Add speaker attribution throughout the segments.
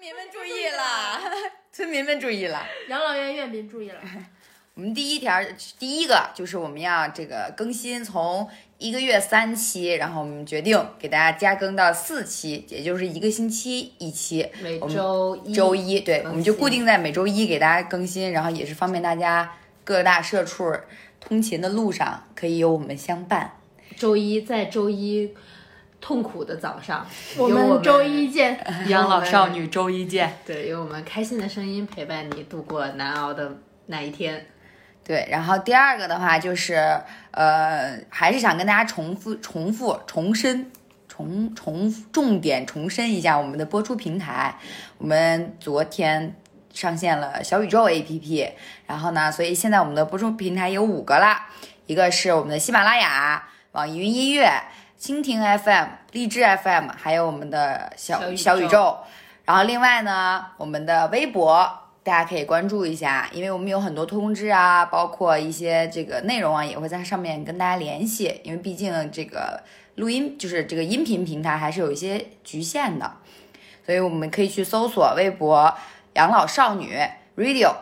Speaker 1: 民们注意啦！ 村民们注意啦！
Speaker 2: 养老院院民注意了，
Speaker 1: 我们第一条，第一个就是我们要这个更新从一个月三期，然后我们决定给大家加更到四期，也就是一个星期一期。
Speaker 3: 每
Speaker 1: 我们
Speaker 3: 周一
Speaker 1: 周一，啊对，
Speaker 3: 更
Speaker 1: 我们就
Speaker 3: 新
Speaker 1: 固定在每周一给大家更新，然后也是方便大家各大社畜通勤的路上可以有我们相伴。
Speaker 3: 周一在周一痛苦的早上，
Speaker 2: 我
Speaker 3: 有
Speaker 2: 们周一见。
Speaker 3: 养老少女
Speaker 4: 周一见。
Speaker 3: 对，有我们开心的声音陪伴你度过难熬的那一天。
Speaker 1: 对，然后第二个的话就是，呃，还是想跟大家重复、重复、重申、重重重点重申一下我们的播出平台。我们昨天上线了小宇宙 APP，然后呢，所以现在我们的播出平台有五个啦，一个是我们的喜马拉雅、网易云音乐、蜻蜓 FM、荔枝 FM，还有我们的小
Speaker 3: 小宇
Speaker 1: 小宇
Speaker 3: 宙
Speaker 1: 宙。然后另外呢，我们的微博大家可以关注一下，因为我们有很多通知啊，包括一些这个内容啊，也会在上面跟大家联系。因为毕竟这个录音就是这个音频平台还是有一些局限的，所以我们可以去搜索微博“养老少女 radio”。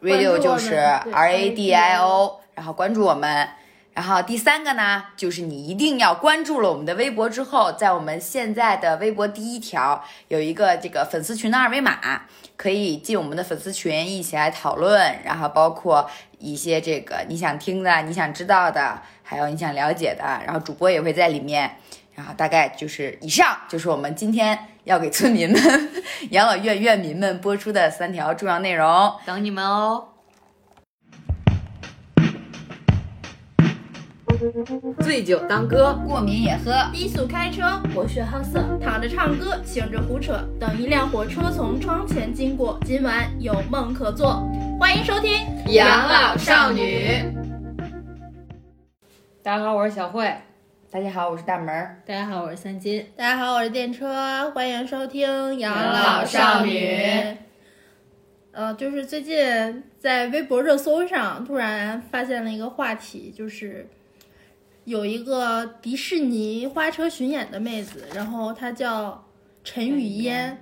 Speaker 1: radio
Speaker 2: 关注我
Speaker 1: 就
Speaker 2: 们
Speaker 1: 是
Speaker 2: 对
Speaker 1: R A D I O，然后关注我们。然后第三个呢，就是你一定要关注了我们的微博之后，在我们现在的微博第一条有一个这个粉丝群的二维码，可以进我们的粉丝群一起来讨论，然后包括一些这个你想听的、你想知道的，还有你想了解的，然后主播也会在里面。然后大概就是以上就是我们今天 要给村民们、养老院院民们播出的三条重要内容。
Speaker 3: 等你们哦。醉酒当歌，
Speaker 1: 过敏也喝。
Speaker 2: 低速开车，博学好色，躺着唱歌，醒着胡扯。等一辆火车从窗前经过，今晚有梦可做。欢迎收听《
Speaker 3: 养老少女。大家好，我是小慧。
Speaker 1: 大家好，我是大门儿。
Speaker 3: 大家好，我是三金。
Speaker 2: 大家好，我是电车，欢迎收听《养
Speaker 3: 老少女》。
Speaker 2: 呃，就是最近在微博热搜上突然发现了一个话题，就是有一个迪士尼花车巡演的妹子，然后她叫陈雨嫣。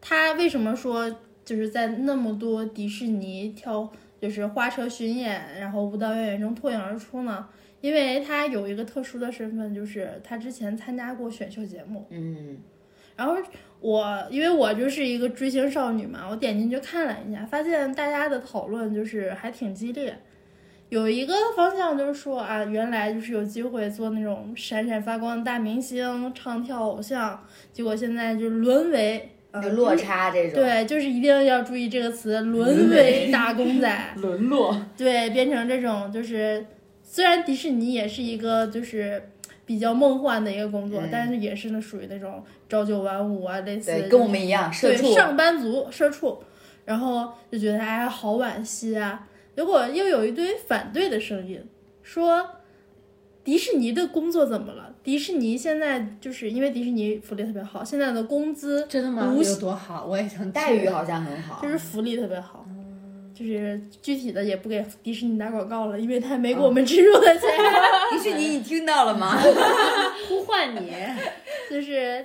Speaker 2: 她为什么说就是在那么多迪士尼跳就是花车巡演，然后舞蹈演员中脱颖而出呢？因为她有一个特殊的身份，就是她之前参加过选秀节目。
Speaker 1: 嗯，
Speaker 2: 然后我因为我就是一个追星少女嘛，我点进去看了一下，发现大家的讨论就是还挺激烈。有一个方向就是说啊，原来就是有机会做那种闪闪发光的大明星、唱跳偶像，结果现在就沦为呃
Speaker 1: 有落。差这种。，
Speaker 2: 对，就是一定要注意这个词，沦为打工仔。
Speaker 3: 沦落，
Speaker 2: 对，变成这种就是，虽然迪士尼也是一个就是比较梦幻的一个工作，
Speaker 1: 嗯
Speaker 2: 但是也是那属于那种朝九晚五啊，类似
Speaker 1: 对，
Speaker 2: 这
Speaker 1: 跟我
Speaker 2: 种
Speaker 1: 们一样，社
Speaker 2: 对
Speaker 1: 畜。
Speaker 2: 上班族社畜，然后就觉得哎好惋惜啊。结果又有一堆反对的声音，说迪士尼的工作怎么了？迪士尼现在就是因为迪士尼福利特别好，现在的工资
Speaker 3: 真的
Speaker 2: 吗有
Speaker 3: 多好？我也想
Speaker 1: 待遇好像很好。
Speaker 2: 就是福利特别好，
Speaker 1: 嗯
Speaker 2: 就是具体的也不给迪士尼打广告了，因为他没给我们植入的钱。
Speaker 1: 迪士尼， 你听到了吗？
Speaker 3: 呼唤 你。
Speaker 2: 就是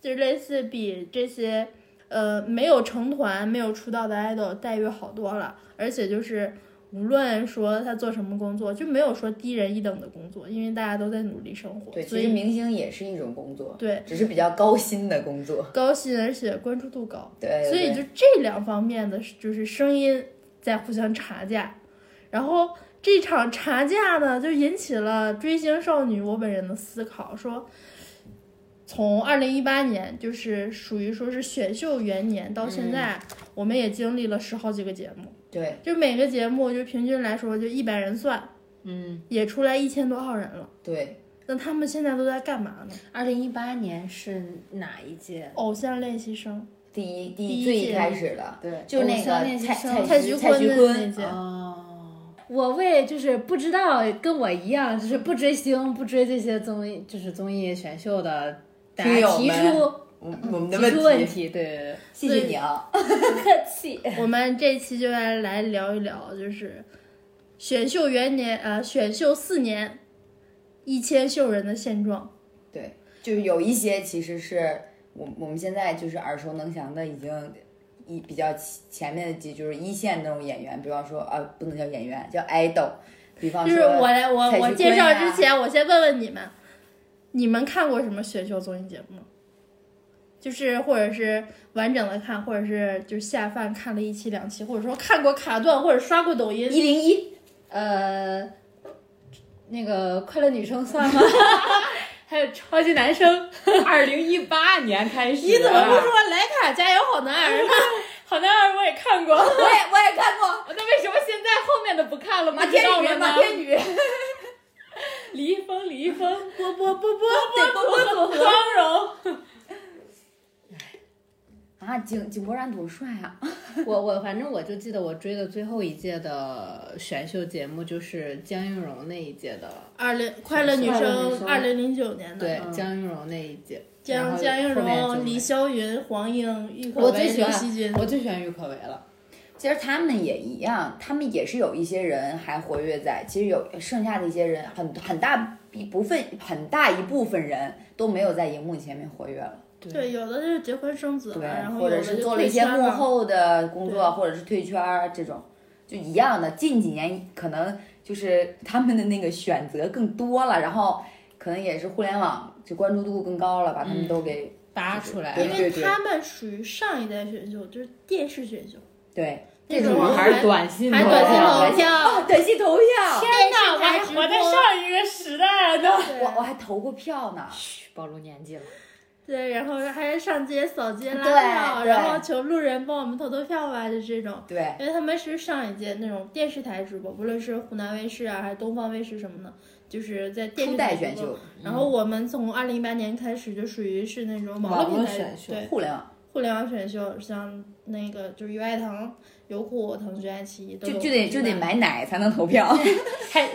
Speaker 2: 就是类似比这些呃没有成团、没有出道的 idol 待遇好多了，而且就是无论说他做什么工作，就没有说低人一等的工作，因为大家都在努力生活，
Speaker 1: 对，
Speaker 2: 所
Speaker 1: 其实
Speaker 2: 以
Speaker 1: 明星也是一种工作，
Speaker 2: 对
Speaker 1: 只是比较高薪的工作。
Speaker 2: 高薪而且关注度高。
Speaker 1: 对，对
Speaker 2: 所以就
Speaker 1: 对
Speaker 2: 这两方面的就是声音在互相查价，然后这场查价呢，就引起了追星少女我本人的思考，说从二零一八年就是属于说是选秀元年到现在，我们也经历了十好几个节目，
Speaker 1: 嗯对，
Speaker 2: 就每个节目就平均来说就一百人算，
Speaker 3: 嗯，
Speaker 2: 也出来一千多号人了。
Speaker 1: 对，
Speaker 2: 那他们现在都在干嘛呢？
Speaker 3: 二零一八年是哪一届？
Speaker 2: 偶像练习生，
Speaker 1: 第一第
Speaker 2: 第
Speaker 1: 一
Speaker 2: 一
Speaker 1: 最一
Speaker 2: 届
Speaker 1: 开始的，
Speaker 3: 对
Speaker 1: 就是那
Speaker 3: 偶像
Speaker 1: 个
Speaker 3: 练习
Speaker 1: 蔡
Speaker 3: 生
Speaker 1: 蔡
Speaker 2: 蔡
Speaker 1: 徐
Speaker 2: 徐
Speaker 1: 蔡
Speaker 2: 坤
Speaker 1: 徐
Speaker 2: 的那
Speaker 1: 坤，嗯
Speaker 2: 届，
Speaker 3: 哦，我为就是不知道跟我一样，就是不追星、不追这些综艺，就是综艺选秀的，大
Speaker 1: 听
Speaker 3: 家
Speaker 1: 友
Speaker 3: 哎提
Speaker 1: 们
Speaker 3: 出嗯
Speaker 1: 我我们的
Speaker 3: 提出问
Speaker 1: 问，
Speaker 3: 题，对对
Speaker 1: 谢谢你啊。
Speaker 3: 对，不客气。
Speaker 2: 我们这期就来来聊一聊，就是选秀元年，呃，选秀四年，一千秀人的现状。
Speaker 1: 对，就是有一些其实是我我们现在就是耳熟能详的，已经一比较前前面的几就是一线那种演员，比方说啊，不能叫演员，叫 idol。比方
Speaker 2: 就
Speaker 1: 说，
Speaker 2: 是我来啊我
Speaker 1: 蔡徐
Speaker 2: 我
Speaker 1: 坤
Speaker 2: 介绍
Speaker 1: 呀
Speaker 2: 之前，我先问问你们，你们看过什么选秀综艺节目吗？就是或者是完整的看，或者是就是下饭看了一期两期，或者说看过卡段，或者刷过抖音。
Speaker 1: 一零一，
Speaker 3: 呃，那个快乐女生算吗？还有超级男 生，
Speaker 4: 二零一八年开始，
Speaker 2: 你怎么不说莱卡加油好男儿呢？
Speaker 4: 好男儿我也看过，
Speaker 1: 我也我也看 过
Speaker 4: 那为什么现在后面的不看了？
Speaker 1: 马
Speaker 4: 不知
Speaker 1: 天
Speaker 4: 道
Speaker 1: 宇，
Speaker 4: 了
Speaker 1: 马
Speaker 4: 呢？
Speaker 1: 天宇，
Speaker 4: 李易峰，李易峰，
Speaker 2: 波波波波，
Speaker 1: 对，波波组合
Speaker 4: 光荣，
Speaker 1: 啊，井井柏然多帅啊！
Speaker 3: 我我反正我就记得我追的最后一届的选秀节目就是江映蓉那一届的，
Speaker 2: 二零快乐女生，
Speaker 1: 快
Speaker 2: 二
Speaker 1: 乐
Speaker 2: 零零九
Speaker 4: 嗯
Speaker 2: 年的。
Speaker 3: 对，江映蓉那一届，然
Speaker 2: 江
Speaker 3: 后
Speaker 2: 江映
Speaker 3: 后面就
Speaker 2: 蓉、
Speaker 3: 没
Speaker 2: 李霄云、黄英、郁可
Speaker 3: 我
Speaker 2: 唯、
Speaker 3: 最喜
Speaker 2: 刘惜君
Speaker 3: 欢，我最喜欢郁可唯了。
Speaker 1: 其实他们也一样，他们也是有一些人还活跃在，其实有剩下的一些人很很大一部分很大一部分人都没有在荧幕前面活跃了，
Speaker 2: 对，有的就是结婚生子了，
Speaker 1: 对，
Speaker 2: 嗯然后
Speaker 1: 或
Speaker 2: 有
Speaker 1: 者
Speaker 2: 的
Speaker 1: 是
Speaker 2: 就
Speaker 1: 做了
Speaker 2: 退
Speaker 1: 一些
Speaker 2: 圈
Speaker 1: 幕
Speaker 2: 了
Speaker 1: 后的工作，
Speaker 2: 对
Speaker 1: 或者是退圈儿这种，就一样的。近几年可能就是他们的那个选择更多了，然后可能也是互联网就关注度更高了，把
Speaker 2: 嗯
Speaker 1: 他们都给、
Speaker 3: 扒出来
Speaker 1: 对
Speaker 2: 因
Speaker 3: 了，
Speaker 2: 为他们属于上一代选秀，就是电视选秀，
Speaker 1: 对
Speaker 2: 那
Speaker 1: 种
Speaker 2: 种
Speaker 1: 我
Speaker 4: 还是短
Speaker 1: 嗯
Speaker 4: 信，
Speaker 2: 还短信投票，
Speaker 1: 短信投票，
Speaker 2: 天呐，
Speaker 4: 那我还
Speaker 2: 直播
Speaker 4: 活在上一个时代 了呢。
Speaker 1: 我我还投过票呢。
Speaker 4: 嘘，暴露年纪了。
Speaker 2: 对，然后还上街扫街拉
Speaker 1: 对
Speaker 2: 票，
Speaker 1: 对
Speaker 2: 然后求路人帮我们投投票吧，就这种。
Speaker 1: 对，
Speaker 2: 因为他们是上一届那种电视台直播，无论是湖南卫视啊，还是东方卫视什么的，就是在电
Speaker 1: 初
Speaker 2: 视
Speaker 1: 代
Speaker 2: 台直
Speaker 1: 选
Speaker 2: 播
Speaker 1: 秀，
Speaker 2: 然后我们从二零一八年开始就属于是那种网
Speaker 3: 网
Speaker 2: 络平
Speaker 3: 络
Speaker 2: 台
Speaker 3: 选秀
Speaker 2: 对
Speaker 1: 互联网。
Speaker 2: 互联网选秀，像那个就是优爱腾、优酷、腾讯、爱奇艺都
Speaker 1: 就
Speaker 2: 有
Speaker 1: 就得
Speaker 2: 举
Speaker 1: 就
Speaker 2: 办
Speaker 1: 得买奶才能投票，
Speaker 4: 还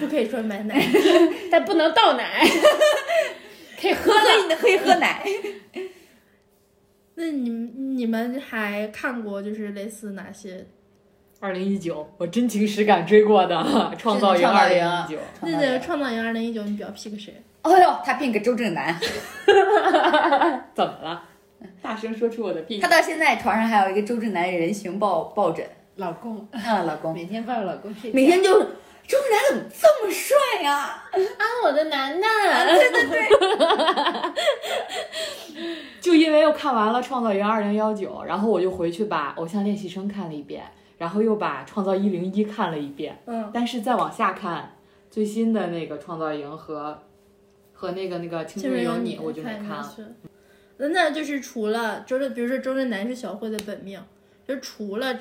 Speaker 2: 不可以说买奶，
Speaker 4: 但不能倒 奶，可以喝
Speaker 1: 喝了你的可以喝奶。
Speaker 2: 那你们你们还看过就是类似哪些？
Speaker 4: 二零一九，我真情实感追过的《创造营
Speaker 1: 创造
Speaker 4: 二零
Speaker 1: 营
Speaker 4: 一九》，
Speaker 2: 那个《创造营二零一九》，你表 pick 谁？
Speaker 1: 哦呦，他变个周震南，
Speaker 4: 怎么了？大声说出我的病
Speaker 1: 他。到现在床上还有一个周震南人形抱抱枕。
Speaker 3: 老公
Speaker 1: 啊，老公，
Speaker 3: 每天抱着老公睡觉，
Speaker 1: 每天就是周震南怎么这么帅呀、
Speaker 2: 啊，我的楠楠，
Speaker 1: 对对对，
Speaker 4: 就因为又看完了《创造营二零幺九》，然后我就回去把《偶像练习生》看了一遍，然后又把《创造一零一》看了一遍，
Speaker 2: 嗯，
Speaker 4: 但是再往下看最新的那个《创造营》和和那个那个《青
Speaker 2: 青
Speaker 4: 春
Speaker 2: 春
Speaker 4: 有
Speaker 2: 你
Speaker 4: 你》，我就没
Speaker 2: 看
Speaker 4: 看
Speaker 2: 下
Speaker 4: 了。
Speaker 2: 去。那那就是除了周震，比如说周震南是小慧的本命，就是除了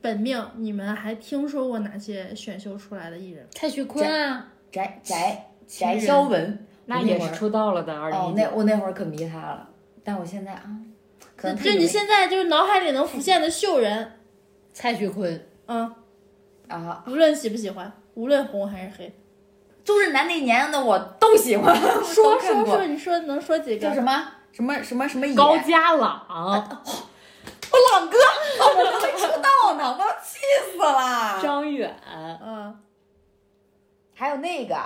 Speaker 2: 本命，你们还听说过哪些选秀出来的艺人吗？
Speaker 3: 蔡徐坤啊，
Speaker 1: 翟翟翟潇闻，
Speaker 4: 那也是出道了的二
Speaker 1: 哦
Speaker 4: 零，一
Speaker 1: 那
Speaker 4: 九。
Speaker 1: 我那会儿可迷他了，但我现在啊，可能
Speaker 2: 嗯就你现在就是脑海里能浮现的秀人，
Speaker 3: 蔡徐坤，
Speaker 2: 嗯，
Speaker 1: 啊，
Speaker 2: 无论喜不喜欢，无论红还是黑，
Speaker 1: 周震南那年的我都喜欢，
Speaker 2: 说
Speaker 1: 都看
Speaker 2: 说
Speaker 1: 过
Speaker 2: 说，你说能说几
Speaker 1: 叫
Speaker 2: 个
Speaker 1: 什？么什么什么什么野
Speaker 4: 高佳朗、
Speaker 1: 我朗哥，哦我没出道呢，我要气死了。
Speaker 4: 张远，
Speaker 2: 嗯，
Speaker 1: 还有那个，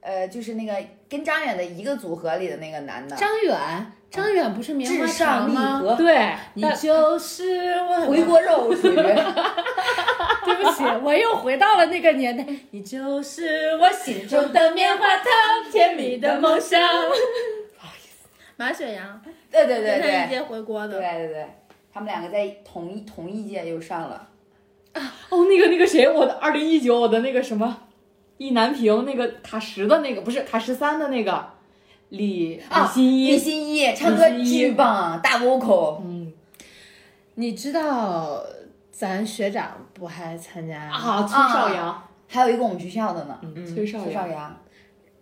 Speaker 1: 呃，就是那个跟张远的一个组合里的那个男的，
Speaker 3: 张远，张远不是棉
Speaker 1: 至
Speaker 3: 花
Speaker 1: 上
Speaker 3: 糖
Speaker 1: 励
Speaker 3: 吗？
Speaker 1: 合，
Speaker 4: 对，
Speaker 3: 你
Speaker 4: 但
Speaker 3: 就是我
Speaker 1: 回锅肉属于。
Speaker 3: 对不起，我又回到了那个年代。你就是我心中的棉花糖，甜蜜的梦想。
Speaker 2: 马雪阳，
Speaker 1: 对对对
Speaker 2: 跟他一
Speaker 1: 对
Speaker 2: 届回国
Speaker 1: 对
Speaker 2: 的，
Speaker 1: 对对，他们两个在同一同一届又上了。
Speaker 4: 哦，那个那个谁，我的二零一九，我的那个什么，意难平那个卡十的那个，不是卡十三的那个，李
Speaker 1: 啊
Speaker 4: 李新
Speaker 1: 李
Speaker 4: 一，
Speaker 1: 心一唱歌
Speaker 4: 李心一
Speaker 1: 巨棒，大 vocal。
Speaker 4: 嗯
Speaker 3: 你知道咱学长不还参加？
Speaker 4: 啊，崔少阳，
Speaker 1: 还有一个我们学校的呢，
Speaker 4: 嗯，崔少
Speaker 1: 崔
Speaker 4: 阳
Speaker 1: 少，啊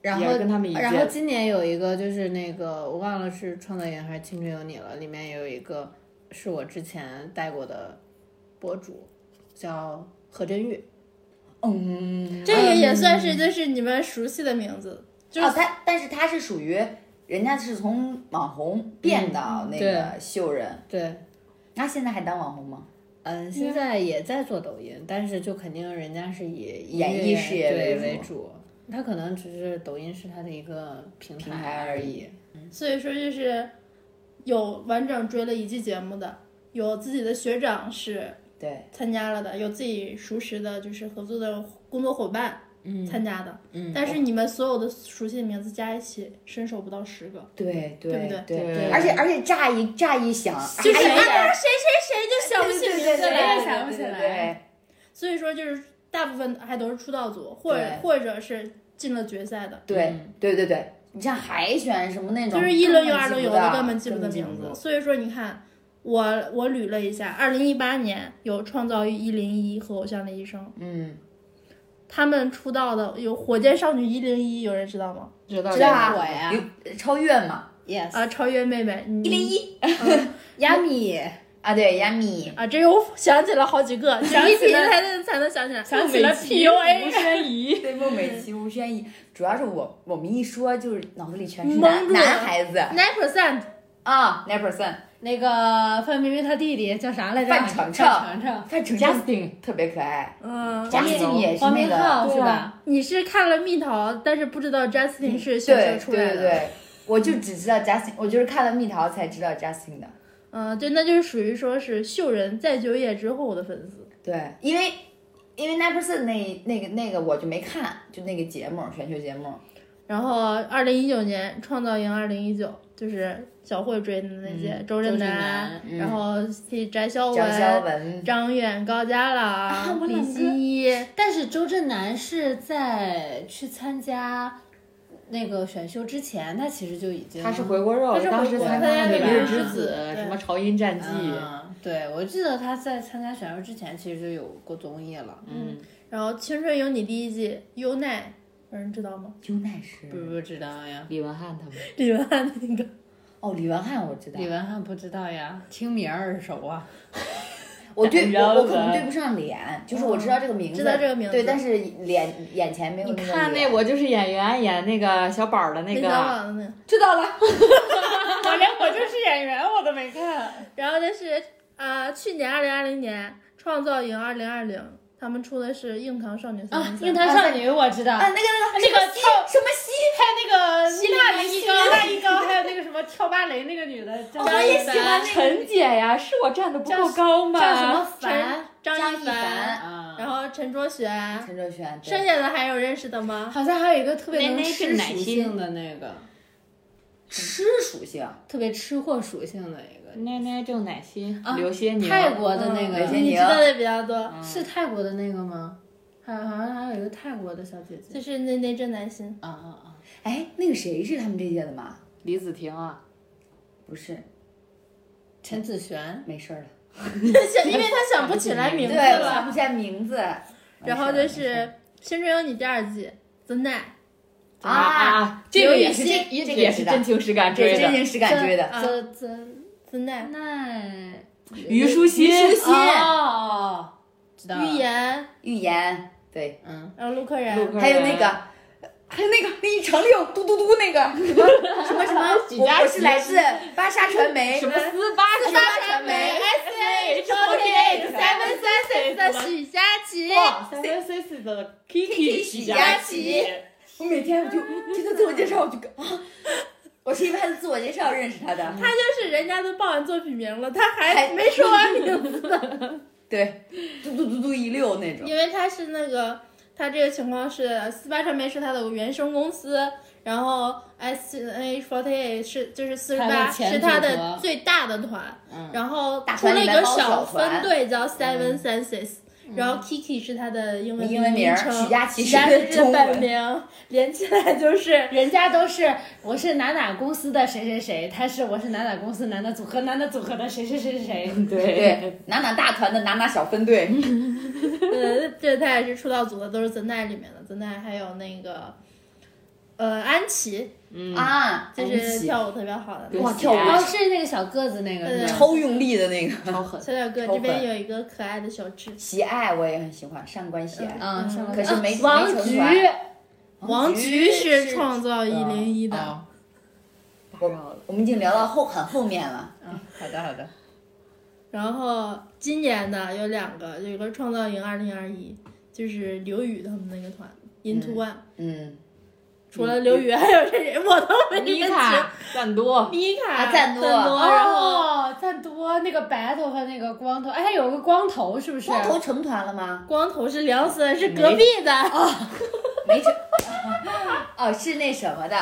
Speaker 1: 阳。
Speaker 3: 然
Speaker 4: 也
Speaker 3: 后
Speaker 4: 是跟他们一届
Speaker 3: 然后今年有一个就是那个我忘了是《创造营》还是《青春有你》了，里面有一个是我之前带过的博主，叫何真玉。
Speaker 1: 嗯，
Speaker 2: 这个也算是就是你们熟悉的名字，就是
Speaker 1: 哦，他但是他是属于人家是从网红变到那个秀人，
Speaker 3: 对，
Speaker 1: 那现在还当网红吗？啊
Speaker 3: 嗯，现在也在做抖音，但是就肯定人家是以
Speaker 1: 演
Speaker 3: 音
Speaker 1: 艺
Speaker 3: 乐
Speaker 1: 事业
Speaker 3: 对
Speaker 1: 为
Speaker 3: 主，他可能只是抖音是他的一个平
Speaker 1: 平台而已。
Speaker 2: 所以说就是有完整追了一季节目的，有自己的学长是
Speaker 1: 对，
Speaker 2: 参加了的，有自己熟识的，就是合作的工作伙伴
Speaker 1: 嗯
Speaker 2: 参加的。
Speaker 1: 嗯，
Speaker 2: 但是你们所有的熟悉的名字加一起，伸手不到十个，
Speaker 1: 对
Speaker 2: 对
Speaker 1: 对
Speaker 2: 不
Speaker 1: 对
Speaker 4: 对
Speaker 1: 而且而且乍一乍一想，
Speaker 2: 就是
Speaker 1: 还有点
Speaker 2: 啊谁谁谁就想不起
Speaker 1: 对对
Speaker 2: 名
Speaker 1: 对
Speaker 2: 字
Speaker 1: 对
Speaker 2: 来
Speaker 1: 对，
Speaker 3: 想不起来
Speaker 1: 对对对
Speaker 2: 所以说就是大部分还都是出道组，或者
Speaker 1: 对
Speaker 2: 或者是进了决赛的，
Speaker 1: 对
Speaker 3: 嗯
Speaker 1: 对对对，你像海选什么那种，
Speaker 2: 就是一轮游、二轮游
Speaker 1: 的
Speaker 2: 的根本记不得
Speaker 1: 根
Speaker 2: 名
Speaker 1: 本
Speaker 2: 字。
Speaker 1: 记
Speaker 2: 所以说你看，我我捋了一下，二零一八年有《创造一零一》和《偶像的一生》，
Speaker 1: 不住嗯，
Speaker 2: 他们出道的有《火箭少女一零一》，有人知道吗？
Speaker 4: 知道
Speaker 1: 知道啊，
Speaker 3: 我呀
Speaker 1: 有超越嘛，
Speaker 3: Yes，
Speaker 2: 啊，超越妹妹一
Speaker 1: 一零一
Speaker 3: 亚米
Speaker 1: 啊，对，亚 米，
Speaker 2: 啊，这又想起了好几个，想
Speaker 3: 一
Speaker 2: 起
Speaker 3: 起
Speaker 2: 了才能才能想起来，
Speaker 4: 想
Speaker 2: 起了 PUA，
Speaker 4: 轩怡，
Speaker 1: 对，孟美岐、吴宣仪，主要是我我们一说就是脑子里全是
Speaker 2: 蒙
Speaker 1: 男
Speaker 2: 住了
Speaker 1: 男孩子
Speaker 2: nine percent
Speaker 1: 啊，nine percent，
Speaker 3: 那个范冰冰她弟弟叫啥来着？
Speaker 1: 范丞丞
Speaker 3: 范丞丞，
Speaker 1: 范丞丞
Speaker 4: Justin，
Speaker 1: 特别可爱，
Speaker 2: 嗯，
Speaker 1: 贾静也是
Speaker 3: 黄
Speaker 1: 那
Speaker 3: 明
Speaker 1: 个，
Speaker 3: 昊是
Speaker 4: 对
Speaker 3: 吧
Speaker 4: 啊？
Speaker 2: 你是看了蜜桃，但是不知道
Speaker 3: 嗯
Speaker 2: Justin 是学
Speaker 1: 对
Speaker 2: 校出
Speaker 1: 对
Speaker 2: 来
Speaker 1: 对
Speaker 2: 的。
Speaker 1: 对，我就只知道 Justin，我就是看了蜜桃才知道 Justin 的。
Speaker 2: 嗯，对，那就是属于说是秀人在就业之后的粉丝。
Speaker 1: 对，因为因为 nine percent 那那个那个我就没看，就那个节目选秀节目，
Speaker 2: 然后二零一九年创造营二零一九就是小慧追的那些、周
Speaker 3: 嗯周
Speaker 2: 震
Speaker 3: 震
Speaker 2: 南
Speaker 3: 南，
Speaker 1: 嗯
Speaker 2: 然后替翟潇
Speaker 1: 蒋潇
Speaker 2: 闻、
Speaker 1: 文
Speaker 2: 张远、高佳朗、
Speaker 3: 啊我
Speaker 2: 李
Speaker 3: 两个
Speaker 2: 心一，
Speaker 3: 但是周震南是在去参加那个选秀之前，他其实就已经
Speaker 4: 他是回锅肉，
Speaker 2: 他是回
Speaker 4: 当时
Speaker 2: 锅
Speaker 4: 参
Speaker 2: 肉
Speaker 4: 加了《
Speaker 2: 对
Speaker 4: 美人
Speaker 2: 吧
Speaker 4: 之子》什么《潮音战记》，
Speaker 1: 嗯
Speaker 3: 对，我记得他在参加选秀之前其实就有过综艺了。
Speaker 4: 嗯，
Speaker 2: 然后《青春有你》第一季优奈，有人知道吗？
Speaker 1: 优奈是
Speaker 3: 不不知道呀，
Speaker 4: 李文翰他们，
Speaker 2: 李文翰那个，
Speaker 1: 哦，李文翰我知道
Speaker 3: 李，文翰不知道呀，听名儿耳熟啊。
Speaker 1: 我对
Speaker 4: 然后
Speaker 1: 我我可
Speaker 4: 呢
Speaker 1: 能对不上脸，就是我知道这个名字，
Speaker 2: 知道这个名字
Speaker 1: 对，但是脸眼前没有
Speaker 4: 你
Speaker 1: 个
Speaker 4: 看那
Speaker 1: 脸
Speaker 4: 《我就是演员》演那个小宝儿的那
Speaker 2: 林小
Speaker 4: 个，
Speaker 2: 宝的那个。
Speaker 4: 知道了，
Speaker 3: 我连 我就是演员我都没 看。
Speaker 2: 然后就是呃，去年二零二零年创造营二零二零，他们出的是《硬糖少女三零三》
Speaker 3: 樱桃少女我知道，
Speaker 1: 啊，
Speaker 3: 还
Speaker 1: 那
Speaker 3: 有
Speaker 1: 个那个
Speaker 3: 那个
Speaker 1: 什么西
Speaker 3: 跳
Speaker 1: 什么西，
Speaker 3: 那个
Speaker 2: 希腊一高
Speaker 3: 希腊一高，还有那个什么跳芭蕾那个女的，叫
Speaker 1: 我哦也喜欢那个
Speaker 4: 陈姐呀，是我站的不够高吗？
Speaker 3: 叫什么
Speaker 2: 陈
Speaker 3: 凡
Speaker 2: 张
Speaker 1: 张
Speaker 2: 一
Speaker 1: 一凡，
Speaker 3: 啊？
Speaker 2: 然后陈卓璇，
Speaker 1: 陈哲轩，
Speaker 2: 剩下的还有认识的吗？
Speaker 3: 好像还有一个特别能
Speaker 4: 那那是
Speaker 3: 吃
Speaker 4: 奶
Speaker 3: 属
Speaker 4: 昔
Speaker 3: 性的那个，
Speaker 1: 吃属性，
Speaker 3: 特别吃货属性的一个，
Speaker 4: 奶奶郑乃馨
Speaker 3: 啊、
Speaker 4: 刘些宁、
Speaker 3: 泰国的那
Speaker 1: 嗯
Speaker 3: 个
Speaker 1: 刘欣
Speaker 2: 你知道的比较多，
Speaker 4: 嗯
Speaker 3: 是泰国的那个吗？还好像还有一个泰国的小姐姐
Speaker 2: 就是那那郑南新，
Speaker 3: 啊啊啊！
Speaker 1: 哎，那个谁是他们这届的吗？
Speaker 4: 李子婷啊，
Speaker 1: 不是，
Speaker 3: 陈子璇，
Speaker 1: 没事儿了，
Speaker 2: 因为他想不起来名字
Speaker 1: 对，我
Speaker 2: 了。
Speaker 1: 想不起来名字。
Speaker 2: 然后就
Speaker 1: 没事
Speaker 2: 是
Speaker 1: 儿
Speaker 2: 《青春有你》第二季，曾奈，
Speaker 1: 啊
Speaker 4: 啊，这个也是
Speaker 1: 刘
Speaker 4: 真
Speaker 1: 禹锡
Speaker 4: 也
Speaker 1: 这个
Speaker 4: 也
Speaker 1: 知
Speaker 4: 是
Speaker 1: 道
Speaker 4: 真情实感追
Speaker 1: 这真
Speaker 4: 的。
Speaker 1: 情实感追的，
Speaker 2: 啊
Speaker 3: 泽泽
Speaker 2: 曾奈、
Speaker 3: 奈
Speaker 4: 虞书欣，虞
Speaker 1: 欣
Speaker 3: 哦，知道了
Speaker 2: 预言，
Speaker 1: 预言对，
Speaker 3: 嗯，
Speaker 2: 然后陆柯燃，
Speaker 4: 陆柯
Speaker 1: 还有那个，还有那个那一长溜嘟嘟嘟 那个什么什么什么，
Speaker 4: 许
Speaker 1: 我
Speaker 4: 佳
Speaker 1: 不是
Speaker 4: 琪
Speaker 1: 来自巴莎传媒，
Speaker 4: 什么斯巴
Speaker 1: 巴
Speaker 4: 达
Speaker 1: 莎传媒
Speaker 4: S H
Speaker 2: O K H
Speaker 4: 三
Speaker 2: seven
Speaker 4: 分
Speaker 2: seven 的许佳琪，
Speaker 4: 哇，三分 C 四的 Kiki 许
Speaker 1: 佳
Speaker 4: 佳
Speaker 1: 琪
Speaker 4: 琪，
Speaker 1: 我每天我就这个自我介绍，我就 啊，我是因为他的自我介绍认识他的，
Speaker 2: 他就是人家都报完作品名了，他还
Speaker 1: 还
Speaker 2: 没说完名字。
Speaker 1: 对，嘟嘟嘟嘟一溜那种，
Speaker 2: 因为他是那个，他这个情况是四八传媒是他的原生公司，然后 S N H forty eight 是就是四十
Speaker 3: 他
Speaker 2: 八
Speaker 3: 的前
Speaker 2: 是他
Speaker 3: 组
Speaker 2: 的
Speaker 3: 合
Speaker 2: 最大的团，
Speaker 3: 嗯
Speaker 2: 然后
Speaker 1: 大
Speaker 2: 出
Speaker 1: 团
Speaker 2: 了
Speaker 1: 里
Speaker 2: 一
Speaker 1: 面
Speaker 2: 个
Speaker 1: 包小
Speaker 2: 分
Speaker 1: 团嗯
Speaker 2: 队叫 Seven Senses，、然后 Kiki 是他的英文
Speaker 1: 英文名
Speaker 2: 名
Speaker 1: 儿
Speaker 2: 称，
Speaker 1: 许佳琪
Speaker 2: 许佳
Speaker 1: 是
Speaker 2: 琪
Speaker 1: 中
Speaker 2: 是本
Speaker 1: 文
Speaker 2: 名，连起来就是。
Speaker 3: 人家都是我是哪哪公司的谁谁谁，他是我是哪哪公司哪哪组合哪哪组合的谁谁谁谁 谁。
Speaker 1: 对，哪哪大团的哪哪小分队，
Speaker 2: 嗯呃，这他也是出道组的，都是 The Night 里面的 The Night，还有那个，呃，安琪，
Speaker 1: 啊，
Speaker 2: 就是跳舞特别好的那个，
Speaker 1: 哇
Speaker 4: 对啊
Speaker 1: 跳舞
Speaker 3: 哦，是那个小个子那个
Speaker 1: 呃
Speaker 2: 对
Speaker 3: 是吧
Speaker 1: 超用力的那个，
Speaker 4: 超狠，
Speaker 2: 小小哥
Speaker 1: 超
Speaker 2: 这边
Speaker 1: 粉
Speaker 2: 有一个可爱的小智，
Speaker 1: 喜爱我也很喜欢，上官喜爱，嗯
Speaker 3: 啊，上了
Speaker 1: 可是没
Speaker 3: 啊王
Speaker 1: 没成
Speaker 3: 菊
Speaker 1: 团
Speaker 2: 王菊是创造一
Speaker 1: 嗯
Speaker 2: 零一的，
Speaker 3: 哦
Speaker 4: 打扰了。
Speaker 1: 我们已经聊到后很后面了，
Speaker 3: 嗯，好的好的，
Speaker 2: 然后今年的有两个，有一个创造营二零二一，就是刘宇他们那个团 Into One，、
Speaker 1: 嗯，
Speaker 2: 除了刘宇，还有是谁？我都没
Speaker 4: 妮
Speaker 2: 认
Speaker 4: 塔
Speaker 2: 清。
Speaker 4: 赞多，
Speaker 2: 米卡
Speaker 1: 啊赞多
Speaker 2: 多，然后
Speaker 5: 哦，赞多那个白头发那个光头，哎，他有个光头是不是？
Speaker 3: 啊
Speaker 1: 光头成团了吗？
Speaker 2: 光头是梁森，是隔壁的，
Speaker 1: 没成，哦，是那什么的，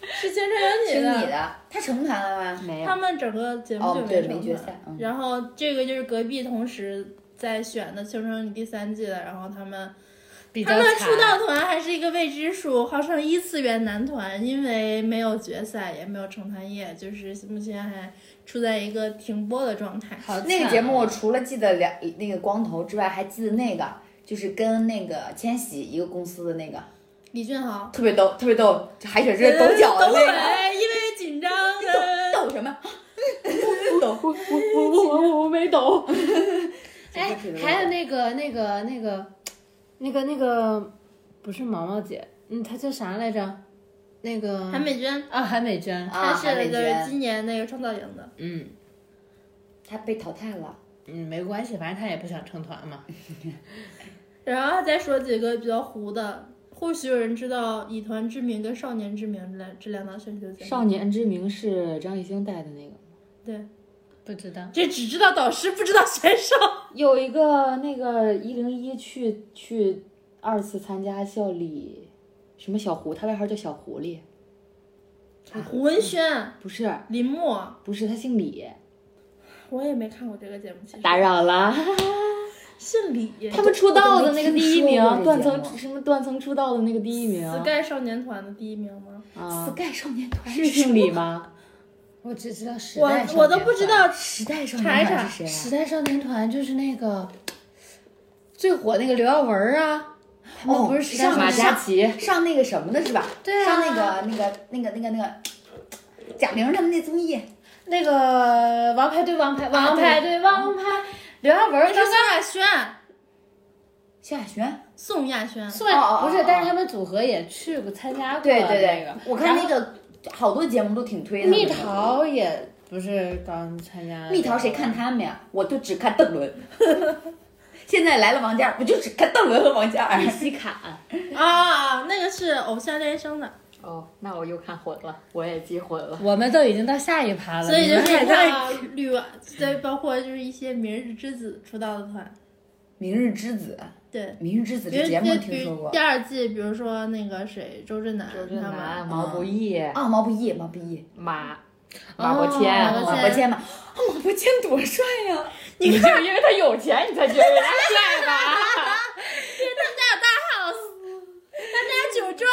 Speaker 2: 是青春有
Speaker 1: 是
Speaker 2: 你
Speaker 1: 你的，他成团了吗？
Speaker 4: 没
Speaker 2: 他，们整个节目
Speaker 1: 哦
Speaker 2: 就，
Speaker 1: 对，
Speaker 2: 没
Speaker 1: 没
Speaker 2: 决
Speaker 1: 决赛。嗯
Speaker 2: 然后这个就是隔壁同时在选的《青春有你》第三季的，然后他们
Speaker 3: 比较
Speaker 2: 他们
Speaker 3: 惨
Speaker 2: 出。道团还是一个未知数，号称一次元男团，因为没有决赛，也没有成团夜，就是目前还处在一个停播的状态。
Speaker 3: 好
Speaker 1: 那个
Speaker 3: 惨
Speaker 1: 节目我除了记得两那个光头之外，还记得那个就是跟那个千玺一个公司的那个，
Speaker 2: 李俊豪
Speaker 1: 特别逗，特别逗，海选是抖脚的那个，
Speaker 2: 哎因为紧张呃的。
Speaker 1: 抖什么？抖
Speaker 4: 我我我我我我没 懂，
Speaker 5: 哎，还有那个那个那个
Speaker 3: 那个那个不是毛毛姐，嗯，她叫啥来着？那个
Speaker 2: 韩美娟，
Speaker 3: 啊，韩美娟，
Speaker 1: 嗯啊，
Speaker 2: 她
Speaker 1: 韩
Speaker 2: 是
Speaker 1: 美
Speaker 2: 就是
Speaker 1: 娟，
Speaker 2: 今年那个创造营的，
Speaker 3: 嗯
Speaker 1: 她被淘汰了。
Speaker 3: 嗯，没关系，反正她也不想成团嘛。
Speaker 2: 然后再说几个比较糊的。或许有人知道《以团之名》跟《少年之名》这两这两档选秀节目，
Speaker 4: 少年之名是张艺兴带的那个，
Speaker 2: 对，
Speaker 3: 不知道，
Speaker 2: 这只知道导师，不知道 选手。
Speaker 4: 有一个那个一零一去去二次参加校里，什么小狐，他外号叫小狐狸，
Speaker 2: 胡文轩、
Speaker 4: 不是
Speaker 2: 林默，
Speaker 4: 不是，他姓李，
Speaker 2: 我也没看过这个节目，其实
Speaker 4: 打扰了。
Speaker 2: 姓李，
Speaker 4: 哎他们出道的那个第一名
Speaker 1: 我都没听说过这，节目
Speaker 4: 断层什么断层出道的那个第一名，
Speaker 2: Sky 少年团的第一名吗？
Speaker 4: 啊，
Speaker 1: Sky 少年团
Speaker 4: 是姓李吗？
Speaker 5: 我只知道时
Speaker 2: 我
Speaker 5: 代少年
Speaker 2: 我都不知道，
Speaker 1: 时代少
Speaker 2: 查
Speaker 1: 年
Speaker 2: 一
Speaker 1: 团
Speaker 2: 查
Speaker 1: 是谁
Speaker 5: 时
Speaker 1: 啊？
Speaker 5: 代少年团就是那个最火那个刘耀文儿啊，他们
Speaker 1: 哦
Speaker 5: 不是时代
Speaker 1: 上
Speaker 5: 少
Speaker 1: 马
Speaker 4: 马
Speaker 5: 年
Speaker 1: 上
Speaker 4: 嘉
Speaker 5: 团
Speaker 4: 祺，
Speaker 1: 上那个什么的是吧？
Speaker 5: 对啊
Speaker 1: 上那个那个那个那个那个贾玲他们那综艺，
Speaker 5: 那个王牌对王
Speaker 1: 啊
Speaker 5: 牌王牌对王牌，刘耀文儿
Speaker 2: 是
Speaker 5: 刚
Speaker 2: 宋
Speaker 5: 刚
Speaker 2: 亚轩，
Speaker 1: 萧亚轩。
Speaker 2: 宋亚轩，
Speaker 5: 虽
Speaker 1: 哦哦
Speaker 5: 然
Speaker 1: 哦
Speaker 5: 不是，但是他们组合也去过参加过
Speaker 1: 对对
Speaker 5: 那
Speaker 1: 对，
Speaker 5: 个
Speaker 1: 我看那个好多节目都挺推的。
Speaker 3: 蜜桃也不是刚参加。
Speaker 1: 蜜桃谁看？他们呀？我就只看邓伦。 现在来了王嘉尔，我就只看邓伦和王嘉尔。
Speaker 4: 西卡。
Speaker 2: 啊，那个是《偶像练习生》的，
Speaker 4: 哦，那我又看混了，我也记混了。
Speaker 3: 我们都已经到下一趴
Speaker 1: 呃
Speaker 3: 了，
Speaker 2: 所以
Speaker 3: 你
Speaker 2: 就
Speaker 3: 们
Speaker 2: 是
Speaker 3: 还在
Speaker 2: 啊，绿瓦，再包括就是一些《明日之子》出道的团，
Speaker 1: 明日之子，
Speaker 2: 对。
Speaker 1: 明日之子
Speaker 2: 比如
Speaker 1: 这节目
Speaker 2: 就
Speaker 1: 听
Speaker 2: 比
Speaker 1: 说
Speaker 2: 如
Speaker 1: 过
Speaker 2: 第。二季，比如说那个谁，周震南，
Speaker 4: 周震
Speaker 2: 他
Speaker 4: 南、
Speaker 2: 们
Speaker 4: 毛不易、
Speaker 1: 啊，毛不易，毛不易，
Speaker 4: 马哦马伯
Speaker 2: 马
Speaker 4: 骞，
Speaker 2: 伯
Speaker 1: 马
Speaker 2: 骞
Speaker 1: 伯骞 嘛，啊，马伯骞多帅呀！
Speaker 4: 你就因为他有钱，你才觉得人家帅吧？
Speaker 2: 他们家酒庄，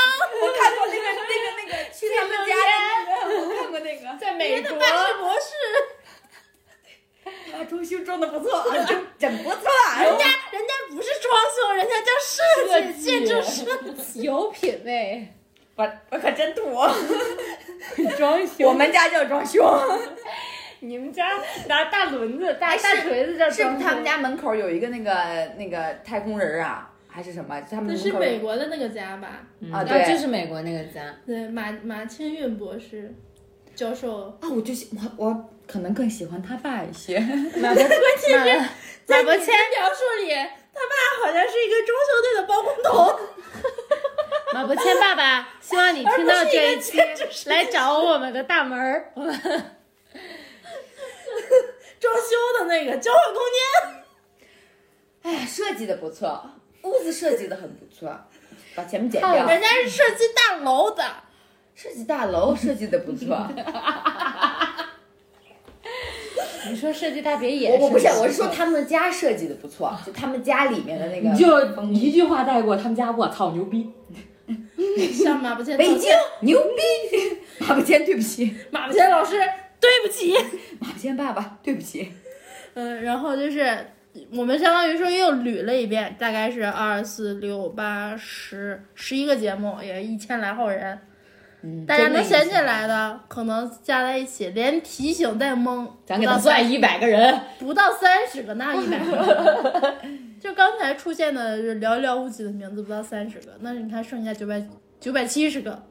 Speaker 1: 我看过那个那个那个去他们家的那个，我看过 那个。
Speaker 4: 在美国，
Speaker 2: 他是博士，
Speaker 1: 啊，装修装的不错，啊，整整不错啊。
Speaker 2: 人家人家不是装修，人家叫设计
Speaker 4: 设计
Speaker 2: 建筑师。
Speaker 3: 有品 位，
Speaker 1: 我我可真土，哦
Speaker 3: 装
Speaker 1: 我
Speaker 3: 修。
Speaker 1: 们家叫装修。
Speaker 4: 你们家拿大轮子、
Speaker 2: 哎
Speaker 4: 大大锤子叫
Speaker 1: 是不是
Speaker 4: 装修
Speaker 1: 他们家门口有一个那个那个太空人儿啊，还是什么？他们
Speaker 2: 那
Speaker 1: 门
Speaker 2: 是
Speaker 1: 口
Speaker 2: 美国的那个家吧？
Speaker 1: 啊，
Speaker 3: 啊，
Speaker 1: 对，
Speaker 3: 就是美国那个家，
Speaker 2: 对，马马清运博士教授，
Speaker 1: 啊，我就喜我我可能更喜欢他爸一 些。
Speaker 3: 马伯骞，
Speaker 2: 在你的描述里，他爸好像是一个中球队的包工头，
Speaker 3: 马伯骞爸爸，希望你听到这一期，来找我们的大门儿。 我们
Speaker 2: 装修的那个交换空间。
Speaker 1: 哎呀，设计的不错，屋子设计的很不错，把前面剪
Speaker 2: 哦
Speaker 1: 掉。
Speaker 2: 人家是设计大楼的，
Speaker 1: 设计大楼设计的不错，
Speaker 3: 你说设计大别野
Speaker 1: 我我不是，
Speaker 3: 吗
Speaker 1: 我是说他们家设计的不错，就他们家里面的那个
Speaker 4: 你就一句话带过他们家，我操，牛逼！
Speaker 2: 向马不谦
Speaker 1: 北
Speaker 2: 道
Speaker 1: 京
Speaker 2: 歉。
Speaker 1: 牛逼， 马不谦对不起，
Speaker 2: 马不谦老师，对不起。
Speaker 1: 马不谦爸爸对不起。
Speaker 2: 嗯，然后就是我们相当于说又捋了一遍，大概是二四六八十十一个节目，也一千来号人。
Speaker 1: 嗯
Speaker 2: 大家能想
Speaker 1: 真
Speaker 2: 起
Speaker 1: 的
Speaker 2: 来的，可能加在一起，连提醒带蒙，
Speaker 4: 咱给他算一百个人，
Speaker 2: 不到三十个，那一百个。就刚才出现的是寥寥无几的名字，不到三十个。那你看剩下九百九百七十个，